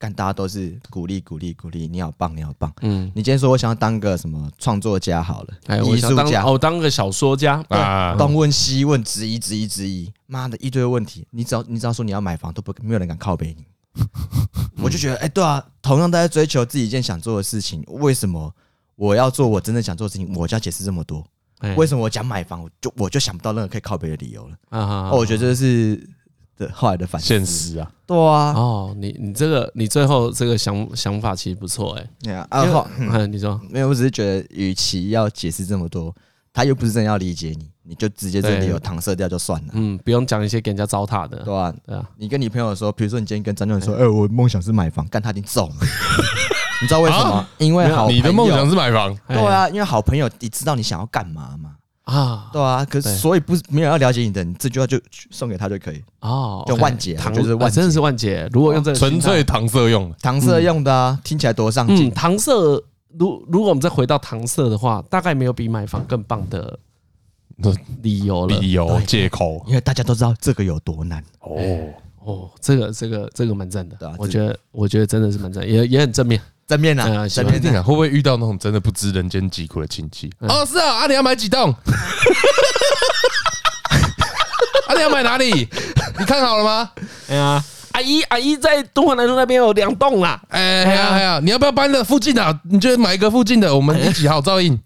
S3: 干大家都是鼓励鼓励鼓励，你好棒你好棒。
S1: 嗯，
S3: 你今天说我想要当个什么创作家好了，
S1: 哎，我
S3: 艺
S1: 想
S3: 术
S1: 当
S3: 家，
S1: 哦，当个小说家，
S2: 啊，
S3: 东问西问，质疑质疑质疑，妈的一堆问题。你只要你只要说你要买房，都不没有人敢靠
S2: *laughs*
S3: 背你。我就觉得，哎、对啊，同样都在追求自己一件想做的事情，为什么我要做我真正想做的事情，我就要解释这么多？
S1: 哎
S3: 为什么我讲买房，我就我就想不到任何可以靠背的理由了？
S1: 啊啊，啊
S3: 哦，我觉得这是的后来的反思。
S2: 现实啊，
S3: 对啊，
S1: 哦，你你这个你最后这个想想法其实不错，哎，
S3: 对啊，啊后
S1: 嗯，你说
S3: 没有，我只是觉得，与其要解释这么多，他又不是真的要理解你，你就直接真的
S1: 对
S3: 有搪塞掉就算了，
S1: 嗯，不用讲一些给人家糟蹋的
S3: 对，吧、
S1: 对啊，
S3: 你跟你朋友说，比如说你今天跟张教授说，哎、我梦想是买房，但他已经中了， *laughs* 你知道为什么？因为好
S2: 你的
S3: 朋
S2: 梦
S3: 友
S2: 想是买房，
S1: 哎
S3: 对啊，因为好朋友你知道你想要干嘛嘛，
S1: 啊
S3: 对啊，可
S1: 对
S3: 是所以不是没有要了解你的，你这句话就送给他就可以，
S1: 哦，
S3: 就
S1: OK
S3: 万劫啊
S1: 搪
S3: 我觉得是
S1: 啊
S3: 万劫
S1: 真的是万劫，如果用这个
S2: 纯
S1: 心态
S2: 粹搪塞用的。
S3: 搪塞用的啊，听起来多上
S1: 嗯，
S3: 进，
S1: 搪塞，如如果我们再回到搪塞的话，大概没有比买房更棒的理由了。
S2: 理由、借口
S3: 因为大家都知道这个有多难，
S2: 哦，
S1: 哦，这个这个这个蛮赞的
S3: 对啊，
S1: 我觉得我觉得真的是蛮赞，也也很正面。
S3: 正面
S1: 对嗯啊
S3: 啊，
S1: 喜欢
S3: 正
S2: 不一
S3: 面
S2: 定
S3: 啊，
S2: 啊，会不会遇到那种真的不知人间疾苦的亲戚？哦，是啊，啊，你要买几栋？ *laughs* 啊，你要买哪里？你看好了吗？
S1: 哎呀，阿姨阿姨在东华南路那边有两栋啦，
S2: 哎，还有还有，你要不要搬的附近啊？你就买一个附近的，我们一起好
S1: *laughs*
S2: 照应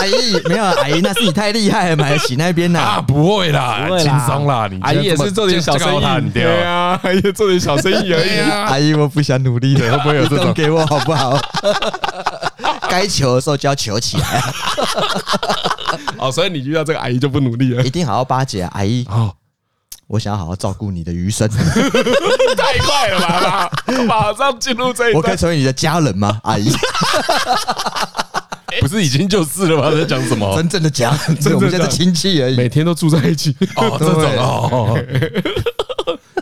S3: 阿姨没有啊阿姨，那是你太厉害了，买得起那边呐、
S2: 啊！不会啦，轻松啦，你
S1: 阿姨也是做点小生意，
S2: 对啊，
S1: 啊，阿姨也做点小生意而
S2: 对啊，
S3: 阿姨，我不想努力了，会不会有这种？给我好不好？ *laughs* 该求的时候就要求起来，
S1: 哦，所以你遇到这个阿姨就不努力了。
S3: 一定好好巴结、啊、阿姨。
S2: 哦，
S3: 我想要好好照顾你的
S1: *laughs*
S3: 余生，
S4: 太快了吧？马上进入这一
S3: 我可以成为你的家
S1: *laughs*
S3: 人吗？阿姨，
S2: 不是已经就是了吗？在讲什么？
S3: 真正的家人，我们现在是亲戚而
S1: *laughs*
S3: 已。
S1: 每天都住在一起，
S2: 哦，这种哦，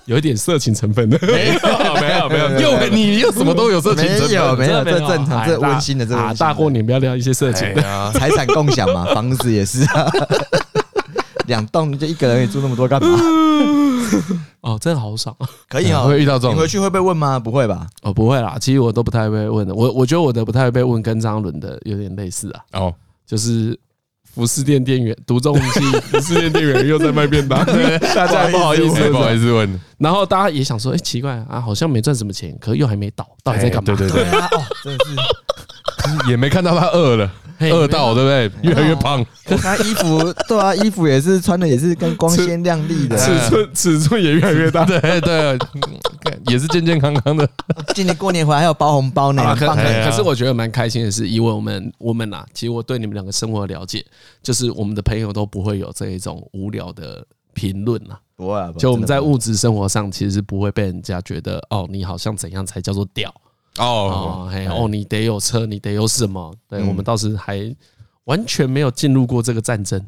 S1: 有一点色情成 *laughs* 分的。
S2: 没有没有没
S1: *laughs*
S2: 有，又你又什么都有色情
S3: 没
S2: 成
S3: 有
S2: 分，
S3: 没有，
S1: 真的
S3: 这正常，
S1: 哎
S3: 这
S1: 大
S3: 温馨的，这温
S1: 啊
S3: 馨的
S1: 大过年不要聊一些色情的。
S2: 哎呀
S3: *laughs* 财产共
S1: *laughs*
S3: 享嘛，房子也是 *laughs* 啊，两栋就一个人也住那么多
S1: *laughs*
S3: 干嘛？
S1: 哦，真的好爽
S3: 可以
S1: 哎
S2: 会
S3: 哦，
S2: 遇到这
S3: 你回
S2: 种
S3: 去会被问吗？不会吧？
S1: 哦，不会啦，其实我都不太会问的。我我觉得我的不太会被问，跟张伦的有点类似啊，
S2: 哦，
S1: 就是服饰店店员独中无
S3: *laughs*
S1: 计，服饰店店员又在卖便
S2: *laughs*
S1: 当，大家也不好意
S2: 哎
S1: 思，
S2: 不好意
S1: 思。
S2: 思问，
S1: 然后大家
S2: *laughs*
S1: 也想说，哎，奇怪啊，好像没赚什么钱，可又还没到，到底在干嘛？
S2: 哎对对对，
S3: 啊，哦，真的是
S2: 也没看到他饿了，
S1: 嘿
S2: 饿到对不对？越来越胖，
S3: 他衣服对啊，衣服也是穿的也是跟光鲜亮丽的。
S2: 是
S1: *laughs* 尺寸尺寸也越来越大。
S2: *laughs* 对对，嗯也是健健康康的。
S3: 今年过年回来还有包红包呢，
S1: 啊，
S3: 很
S1: 可
S3: 棒
S2: 哎呀
S1: 可可是我觉得蛮开心的是，以我们我们啊，其实我对你们两个生活的了解，就是我们的朋友都不会有这一种无聊的评论啊。
S3: 不会啊，不会
S1: 就我们在
S3: 真的不会
S1: 物质生活上，其实是不会被人家觉得哦，你好像怎样才叫做屌
S2: 哦，嗯
S1: 哦，嘿哦，你得有车，你得有什么？对我们倒是还完全没有进入过这个战争。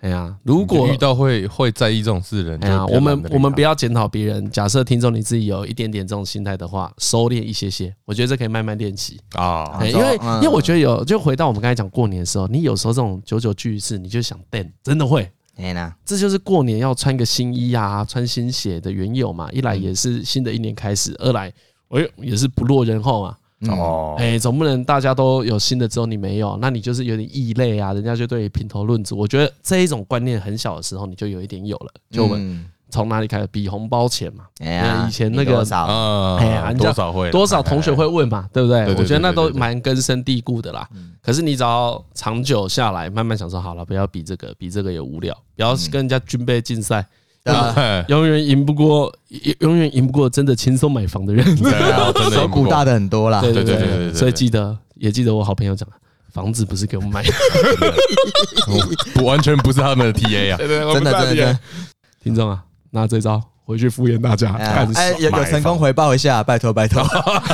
S1: 哎呀，如果
S2: 遇到会会在意这种事的人，
S1: 哎呀，
S2: 就比较
S1: 我们
S2: 懒得理
S1: 我们
S2: 他
S1: 不要检讨别人。假设听众你自己有一点点这种心态的话，收敛一些些，我觉得这可以慢慢练习。
S2: 啊，
S1: 哎，
S3: 知
S1: 因
S3: 道
S1: 为
S3: 嗯
S1: 因为我觉得有，就回到我们刚才讲过年的时候，你有时候这种久久聚一次，你就想 d 真的会，
S3: 哎呐，
S1: 这就是过年要穿个新衣啊，穿新鞋的缘由
S2: 嗯
S1: 嘛。一来也是新的一年开始，二来我也是不落人后嘛。啊
S3: 嗯
S2: 哦，
S1: 哎、总不能大家都有新的，只有你没有，那你就是有点异类啊，人家就对你评头论足。我觉得这一种观念很小的时候，你就有一点有了。
S2: 嗯
S1: 就我们
S3: 们
S1: 从哪里开始比红包钱嘛？
S3: 嗯哎呀，
S1: 以前那
S3: 你
S1: 个
S3: 多少
S2: 啊
S1: 哎呀人家
S2: 多少会啦
S1: 多少同学会问嘛，对不对
S2: 对？对
S1: 我觉得那
S2: 对对
S1: 都
S2: 对嗯对
S1: 蛮根深蒂固的啦。可是你只要长久下来，慢慢想说，好了，不要比这个，比这个也无聊，不
S2: 嗯
S1: 要跟人家军备竞赛，
S3: 啊
S2: 哎
S1: 永远赢不过，永远赢不过真的轻松买房的 *laughs* 人。
S2: 对啊真的
S3: 手骨大的很多
S1: 啊
S3: 啦，
S2: 对对对对对
S1: 所以记得也记得我好朋友讲的，房子不是给我们买的。 *laughs*
S2: 不完全不是他们的
S1: *laughs*
S2: TA 啊，
S3: 真的真的真的。
S1: 听众啊，拿这招回去敷衍大家， *laughs*
S3: 哎
S1: 看
S3: 呀哎，有有成功回报一下，拜托
S1: *laughs*
S3: 拜托，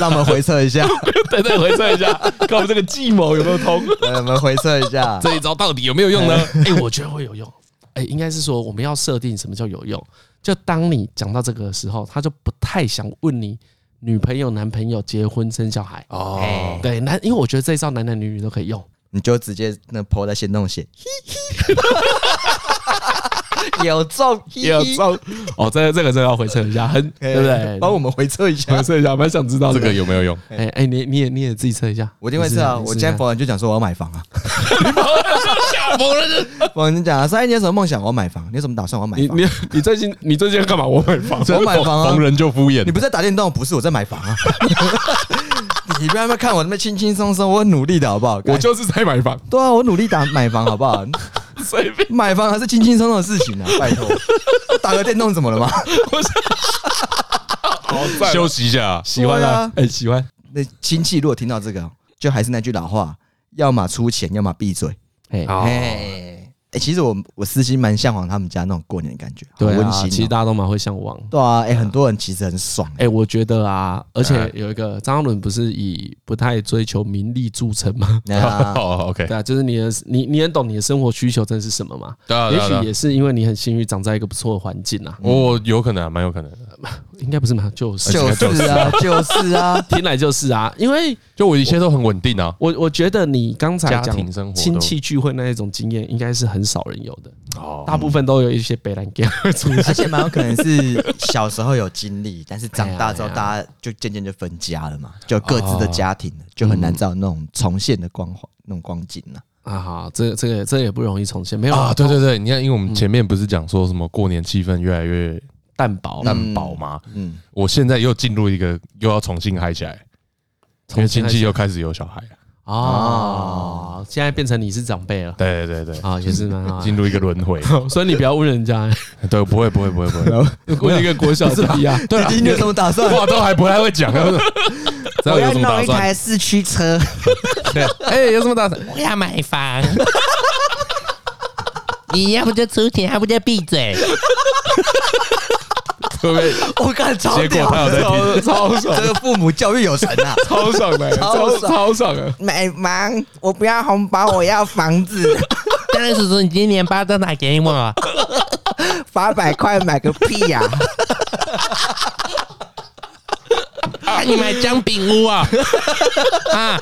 S3: 让我们回测一下， *laughs*
S1: 等等回测一 *laughs* 下，看我们这个计谋有没有通。
S3: 让我们回测一下。
S2: 这一招到底有没有用呢？
S1: *laughs* 哎、我觉得会有用。哎、应该是说我们要设定什么叫有用。就当你讲到这个的时候，他就不太想问你女朋友、男朋友结婚生小孩。
S2: 哦，
S1: 对，男，因为我觉得这一招男男女女都可以用。
S3: 你就直接那泼在行
S1: *laughs*
S3: 动写， *laughs* 有中有中，
S1: 哦，这个这个真的要回测一下，很 *laughs* 对不对？
S3: 帮我们回测一
S1: *laughs*
S3: 下
S1: 回。测一下，蛮想知道
S2: 这个。有没有用？
S1: 哎哎、你你也你也自己测一下。
S3: 我一定会测啊！
S1: 你
S3: 我
S1: 试试
S3: 今
S1: 看
S3: 天逢人就讲说我要买房啊， *laughs* 逢人就讲啊，三一你有什么梦想？我要买房，你有什么打算？我要买
S1: 你
S3: 房
S1: 你。你最近你最近要干嘛？我买房。
S3: 我买房啊
S2: 逢！人就敷衍
S3: 你，不是在打电动，不是我在买房啊！ *laughs* 你不要那么看我那么轻轻松松，我很努力的好不好？
S1: *laughs* 我就是在买房，
S3: 对啊，我努力打买房好不好？
S1: *laughs* 随便。
S3: 买房还是轻轻松松的事情啊， *laughs* 拜托！打个电动怎么了吗？ *laughs*
S2: 休息一下，
S1: 喜欢啊，哎、喜欢。
S3: 那亲戚如果听到这个，就还是那句老话，要么出钱，要么闭嘴。
S1: 哎、
S3: 哎、哎其实我我私心蛮向往他们家那种过年的感觉，好
S1: 对
S3: 温
S1: 啊，
S3: 馨哦、
S1: 其实大家都蛮会向往。
S3: 对啊，哎、很多人其实很爽、
S1: 哎、我觉得啊，而
S3: 哎
S1: 且有一个张嘉伦不是以不太追求名利著称吗？
S3: 哎
S1: *laughs*
S3: 啊，
S2: 哦，OK，
S1: 对啊，就是你的你你很懂你的生活需求真的是什么嘛？
S2: 对啊对
S1: 也
S2: 啊对啊
S1: 许也是因为你很幸运长在一个不错的环境啊，
S2: 我有可能啊，蛮有可能的。
S1: 应该不是嘛？就是
S3: 就是啊，就是啊，
S1: 听来就是啊，因为
S2: 就我一切都很稳定啊。
S1: 我我觉得你刚才
S2: 家庭生
S1: 讲
S2: 活都
S1: 亲戚聚会那一种经验，应该是很少人有的，
S2: 哦，
S1: 大部分都有一些 *laughs* 北兰 g 会出现。
S3: 而且蛮有可能是小时候有经历，但是长大之后
S1: 哎呀哎呀哦
S3: 大家就渐渐就分家了嘛，就各自的家庭了，就很难再有那种重现的光环、那种光景了。
S1: 啊，好，这个这个这个也不容易重现，没有
S2: 啊，对对对，你看，因为我们前面不是讲说什么过年气氛越来越
S1: 蛋堡啊
S2: 淡薄嘛，
S3: 嗯，
S2: 我现在又进入一个又要重新嗨起来，因为亲戚又开始有小孩了。
S1: 哦，现在变成你是长辈了
S2: 对对对对，
S1: 啊，也是蛮好的，
S2: 进入一个轮回。
S1: 所以你不要问人 *laughs* 家，
S2: 对，不会不会不会不会，
S1: 问一个国小弟弟啊，
S2: 对啊
S3: 弟弟，你有什么打算？
S2: 话都还不太会讲，知道有什么打算？
S3: 四驱车，
S2: 哎，有什么打算？
S6: 我要买房。 *laughs* 你要不就出钱，要不就闭嘴。
S2: 会不会
S3: 我看超
S2: 结果
S3: 屌
S2: 他有在听？
S4: 超爽，
S3: 这个父母教育有成 *laughs* 啊！
S4: 超爽的，
S3: 超
S4: 超
S3: 爽
S4: 超爽的。
S3: 买房，我不要红包，我要房子， *laughs*
S6: 当然，叔叔，你今年包都拿给我。啊
S3: 八百块买个屁啊 *laughs* 呀、
S6: 那、你买姜饼屋啊？啊，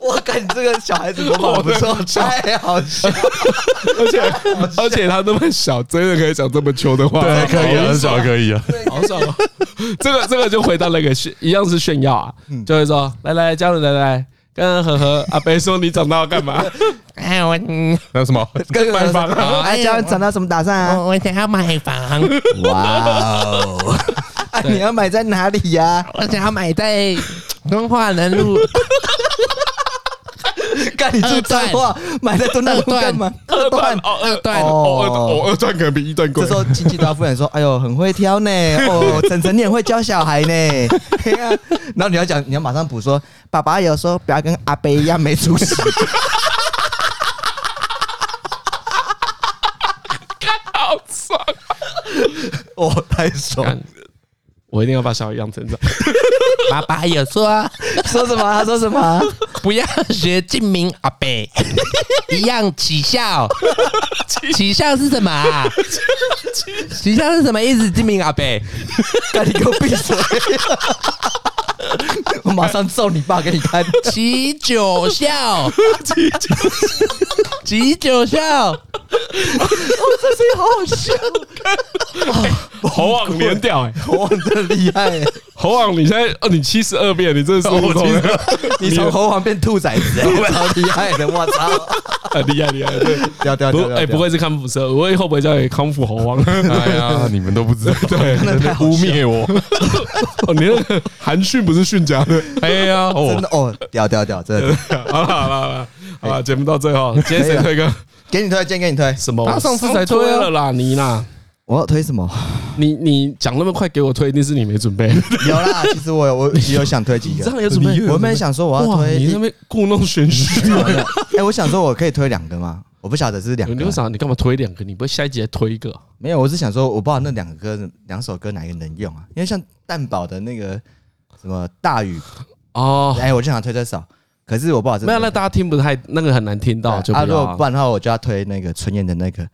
S3: 我感觉这个小孩子头脑不
S1: *laughs*
S3: 错，太好笑，
S4: 而且而且他那么小，真的可以讲这么秋的话，
S2: 对，可以啊，很少可以啊。
S1: *laughs* 好爽哦。这个这个就回到那个炫，一样是炫耀啊，
S2: 嗯
S1: 就会说来来，家人来来。跟呵呵阿北说你长大要干
S2: *laughs*
S1: 嘛？
S6: 哎，我嗯
S2: 那什么？
S3: 跟买
S1: 房
S3: 啊！哎，家人长大什么打算啊？
S6: 我我想要买房。
S1: *laughs*
S3: 哇哦，啊，你要买在哪里呀、
S6: 我想要买在敦化南路
S3: 干你住彰化，买在东大路干嘛？
S2: 二段哦，
S6: 二段。
S2: 哦二哦二段可能比一段贵
S3: 这时。候亲戚都要敷衍说：“哎呦，很会挑呢，
S2: *laughs*
S3: 哦，晨晨你很会教小孩呢。” *laughs* 对呀，然后你要讲，你要马上补说：“爸爸有时候不要跟阿伯一样没出息。
S2: 好爽！”啊
S3: *laughs* 哦，太爽了！
S1: 干我一定要把小孩养成
S2: *laughs*
S1: 长。
S6: 爸爸有说
S3: 说什么？他说什么？啊
S6: 不要学静明阿伯，一样起笑。起笑是什么啊？起笑是什么意思？静明阿伯，
S3: 赶紧给我闭嘴！ *laughs* 我马上揍你爸给你看！
S6: 起九笑，起九笑，
S3: 这声音好好笑，
S4: 猴
S1: *laughs*
S4: 王连屌哎，
S3: 猴王真的厉 *laughs* 害、欸！
S4: 猴王你现在哦你七十二变，你真的是我
S2: 七十
S1: *laughs*
S3: 你从猴王变兔崽 *laughs* 子、欸，超厉害的！我操，
S1: 啊
S4: 很厉害厉害。对
S3: 屌屌
S4: 不
S3: 屌，
S4: 哎，
S3: 屌
S4: 不，会是康复社，我以后不会叫你康复猴王。
S1: 哦
S2: 哎呀，你们都不知道， *laughs* 对，污蔑我。
S4: 哦，你那个韩训不是训家的。
S2: 哎呀，
S3: 屌
S2: 哦
S3: 真，的哦，屌屌屌，真的！
S4: 好了好了好了，好了，节目到最后，今天谁推歌？
S3: 给你推荐，给你推，
S1: 什么？
S4: 他上次才推
S1: 推
S4: 啊
S1: 了啦，你啦，
S3: 我要推什么？
S1: 你你讲那么快给我推，一定是你没准备。
S3: *laughs* 有啦，其实我有我有想推几
S1: 你这
S3: 个，
S1: 样有准备？
S3: 我原本想说我要
S1: 哇，
S3: 推
S1: 你
S3: 一
S1: 那，边故弄玄虚。啊
S3: 哎，我想说我可以推两个吗？我不晓得是两
S1: 你
S3: 个
S1: 为
S3: 吗，
S1: 啥？你干嘛推两个？你不会下一集再推一个？
S3: 没有，我是想说我不知道那两个歌两首歌哪一个能用啊？因为像蛋堡的那个什么大雨，
S1: 哦，
S3: 哎，我就想推这首，可是我不好这
S1: 没有，那大家听不太，那个很难听到，就不
S3: 啊，如
S1: 要
S3: 果
S1: 啊
S3: 不。然的话，我就要推那个春燕的那个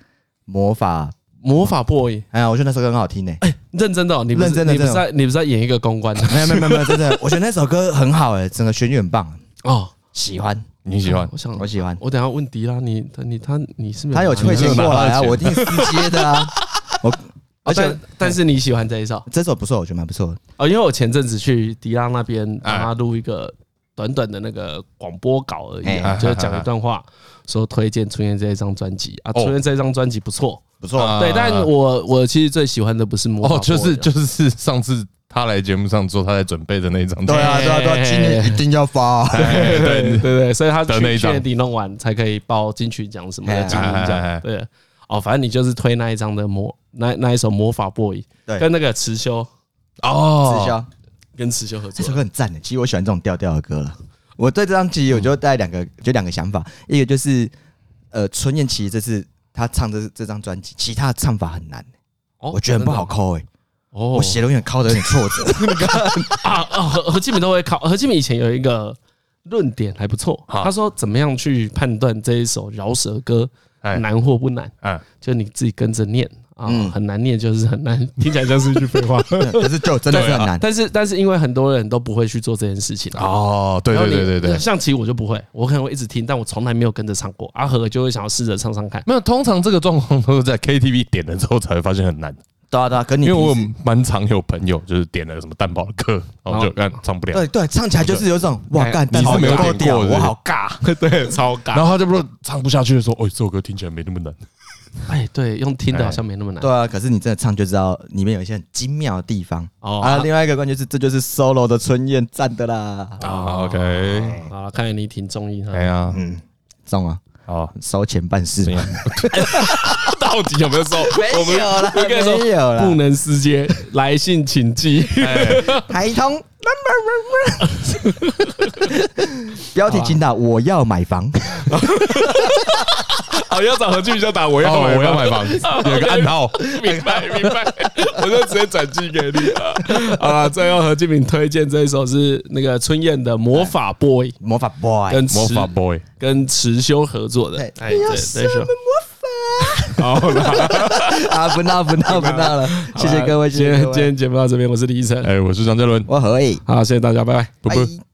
S3: 魔法，
S1: 魔法 boy，
S3: 哎呀，我觉得那首歌很好听呢。
S1: 认真的哦，你不是
S3: 认真的
S1: 你不是
S3: 真的
S1: 在你不是在演一个公关
S3: 没有没有没有没有，真的，我觉得那首歌很好哎，整个旋律很棒，
S1: 哦？
S3: 喜欢，嗯
S2: 你喜欢
S1: 我想
S3: 我喜欢。
S1: 我等一下问迪拉，你他你他你是没
S3: 他有
S1: 拿
S3: 汇钱
S1: 你是
S3: 过来
S2: 拿
S3: 啊，
S2: 到钱
S3: 我一定是接的啊。我 *laughs*
S1: 哦
S3: 而且
S1: 但但是你喜欢这一首
S3: 这首不错，我觉得蛮不错的。
S1: 哦，因为我前阵子去迪拉那边帮
S2: 哎
S1: 他录一个短短的那个广播稿而已啊，
S2: 哎
S1: 就是讲一段话，说推荐春燕这一张专辑啊，
S2: 哦
S1: 春燕这张专辑不错，
S3: 不错
S2: 啊
S1: 对，但我我其实最喜欢的不是魔法
S2: 哦，就
S1: Boy
S2: 是
S1: 啊
S2: 就是上次他来节目上做他在准备的那一张，
S3: 对啊，对啊，对啊，今年一定要发。啊
S2: 哎
S1: 对
S2: 对，
S1: 对对，所以他
S2: 的
S1: 去
S2: 那一
S1: 去
S2: 张
S1: 年底弄完才可以报金曲奖什么的
S3: 哎
S1: 金鹰
S2: 哎哎
S1: 奖
S2: 哎。
S1: 对，哦，反正你就是推那一张的魔那那一首魔法 boy，
S3: 对
S1: 跟那个辞修
S2: 哦，
S3: 滞销
S1: 跟辞修合
S3: 哎这
S1: 作
S3: 首。歌很赞的，其实我喜欢这种调调的歌了。我对这张其实我就带两个，就两个想法，一个就是呃，春燕其实这次她唱这这张专辑，其他的唱法很难，
S1: 哦
S3: 我觉得很不好
S1: 真的
S3: 抠哎、
S1: 哦。
S3: 我写的有点抠的有点挫折。 *laughs*
S1: 啊啊，何何敬敏都会考。何敬敏以前有一个论点还不错，
S2: 好
S1: 他说怎么样去判断这一首饶舌歌
S2: 哎
S1: 难或不难，
S2: 哎，
S1: 就你自己跟着念啊
S3: 嗯，
S1: 很难念就是很难，听起来像是
S3: *laughs*
S1: 一句废话。
S3: 可是就真的是很难。
S1: 但是但是因为很多人都不会去做这件事情啊。
S2: 哦，对
S1: 然后
S2: 对
S1: 你
S2: 对对对，
S1: 象棋我就不会，我可能会一直听，但我从来没有跟着唱过。阿和就会想要试着唱唱看。
S2: 没有，通常这个状况都是在 KTV 点了之后才会发现很难，
S3: 对啊对啊，跟你
S2: 因为我
S3: 平
S2: 有
S3: 时
S2: 蛮常有朋友就是点了什么蛋堡的歌，然后就干唱不了，
S3: 对对唱起来就是有一种哇干，
S2: 你是没有
S3: 但
S2: 点过
S3: 好屌
S2: 的
S3: 我好尬。
S2: 对，超尬。然后他就说唱不下去的时候，哦，这首歌听起来没那么难。
S1: 哎，对，用听的
S2: 哎
S1: 好像没那么难
S3: 对。啊，可是你真的唱就知道里面有一些很精妙的地方。
S1: 哦，
S3: 啊，另外一个关键是，这就是 solo 的春燕赞的啦。
S2: 啊，OK，
S1: 好了，看来你挺中意他
S2: 哎。呀，
S3: 嗯，中啊，
S2: 好，
S3: 收钱办事
S2: 怎
S3: 嘛
S2: 样？到底有没有收？我们
S3: 有啦
S1: 我跟你说
S3: 没有
S1: 不
S3: 啦，
S1: 能私接，来信请寄。
S3: 台通 *laughs* 标题请打我要买房，
S1: 哦
S4: 好，要找何俊宇就打我
S2: 我
S4: 要
S2: 要
S4: 买
S2: 哦我要
S1: *laughs*
S4: 房
S2: 买房， *laughs* 有个暗号。
S4: 明白明白，我就直接转寄给你了。
S1: 好了，啊最后何敬敏推荐这一首是那个春燕的《魔法 boy》，
S2: *laughs*
S3: 魔法 boy，
S1: 跟
S2: 魔
S1: 池
S2: 法 boy，
S1: 跟池修合作的
S3: 对。
S1: 哎，这这首
S2: 哦 *laughs*
S3: 啊，不闹不闹不闹了，
S2: 啊
S3: 谢谢各位，
S1: 今
S3: 谢
S1: 天
S3: 谢各
S1: 今
S3: 位，
S1: 天节目到这边，我是李依晨。
S2: 哎，我是张嘉伦，
S3: 我何以，
S1: 好，谢谢大家，拜拜。
S2: 不
S3: 拜
S2: 不。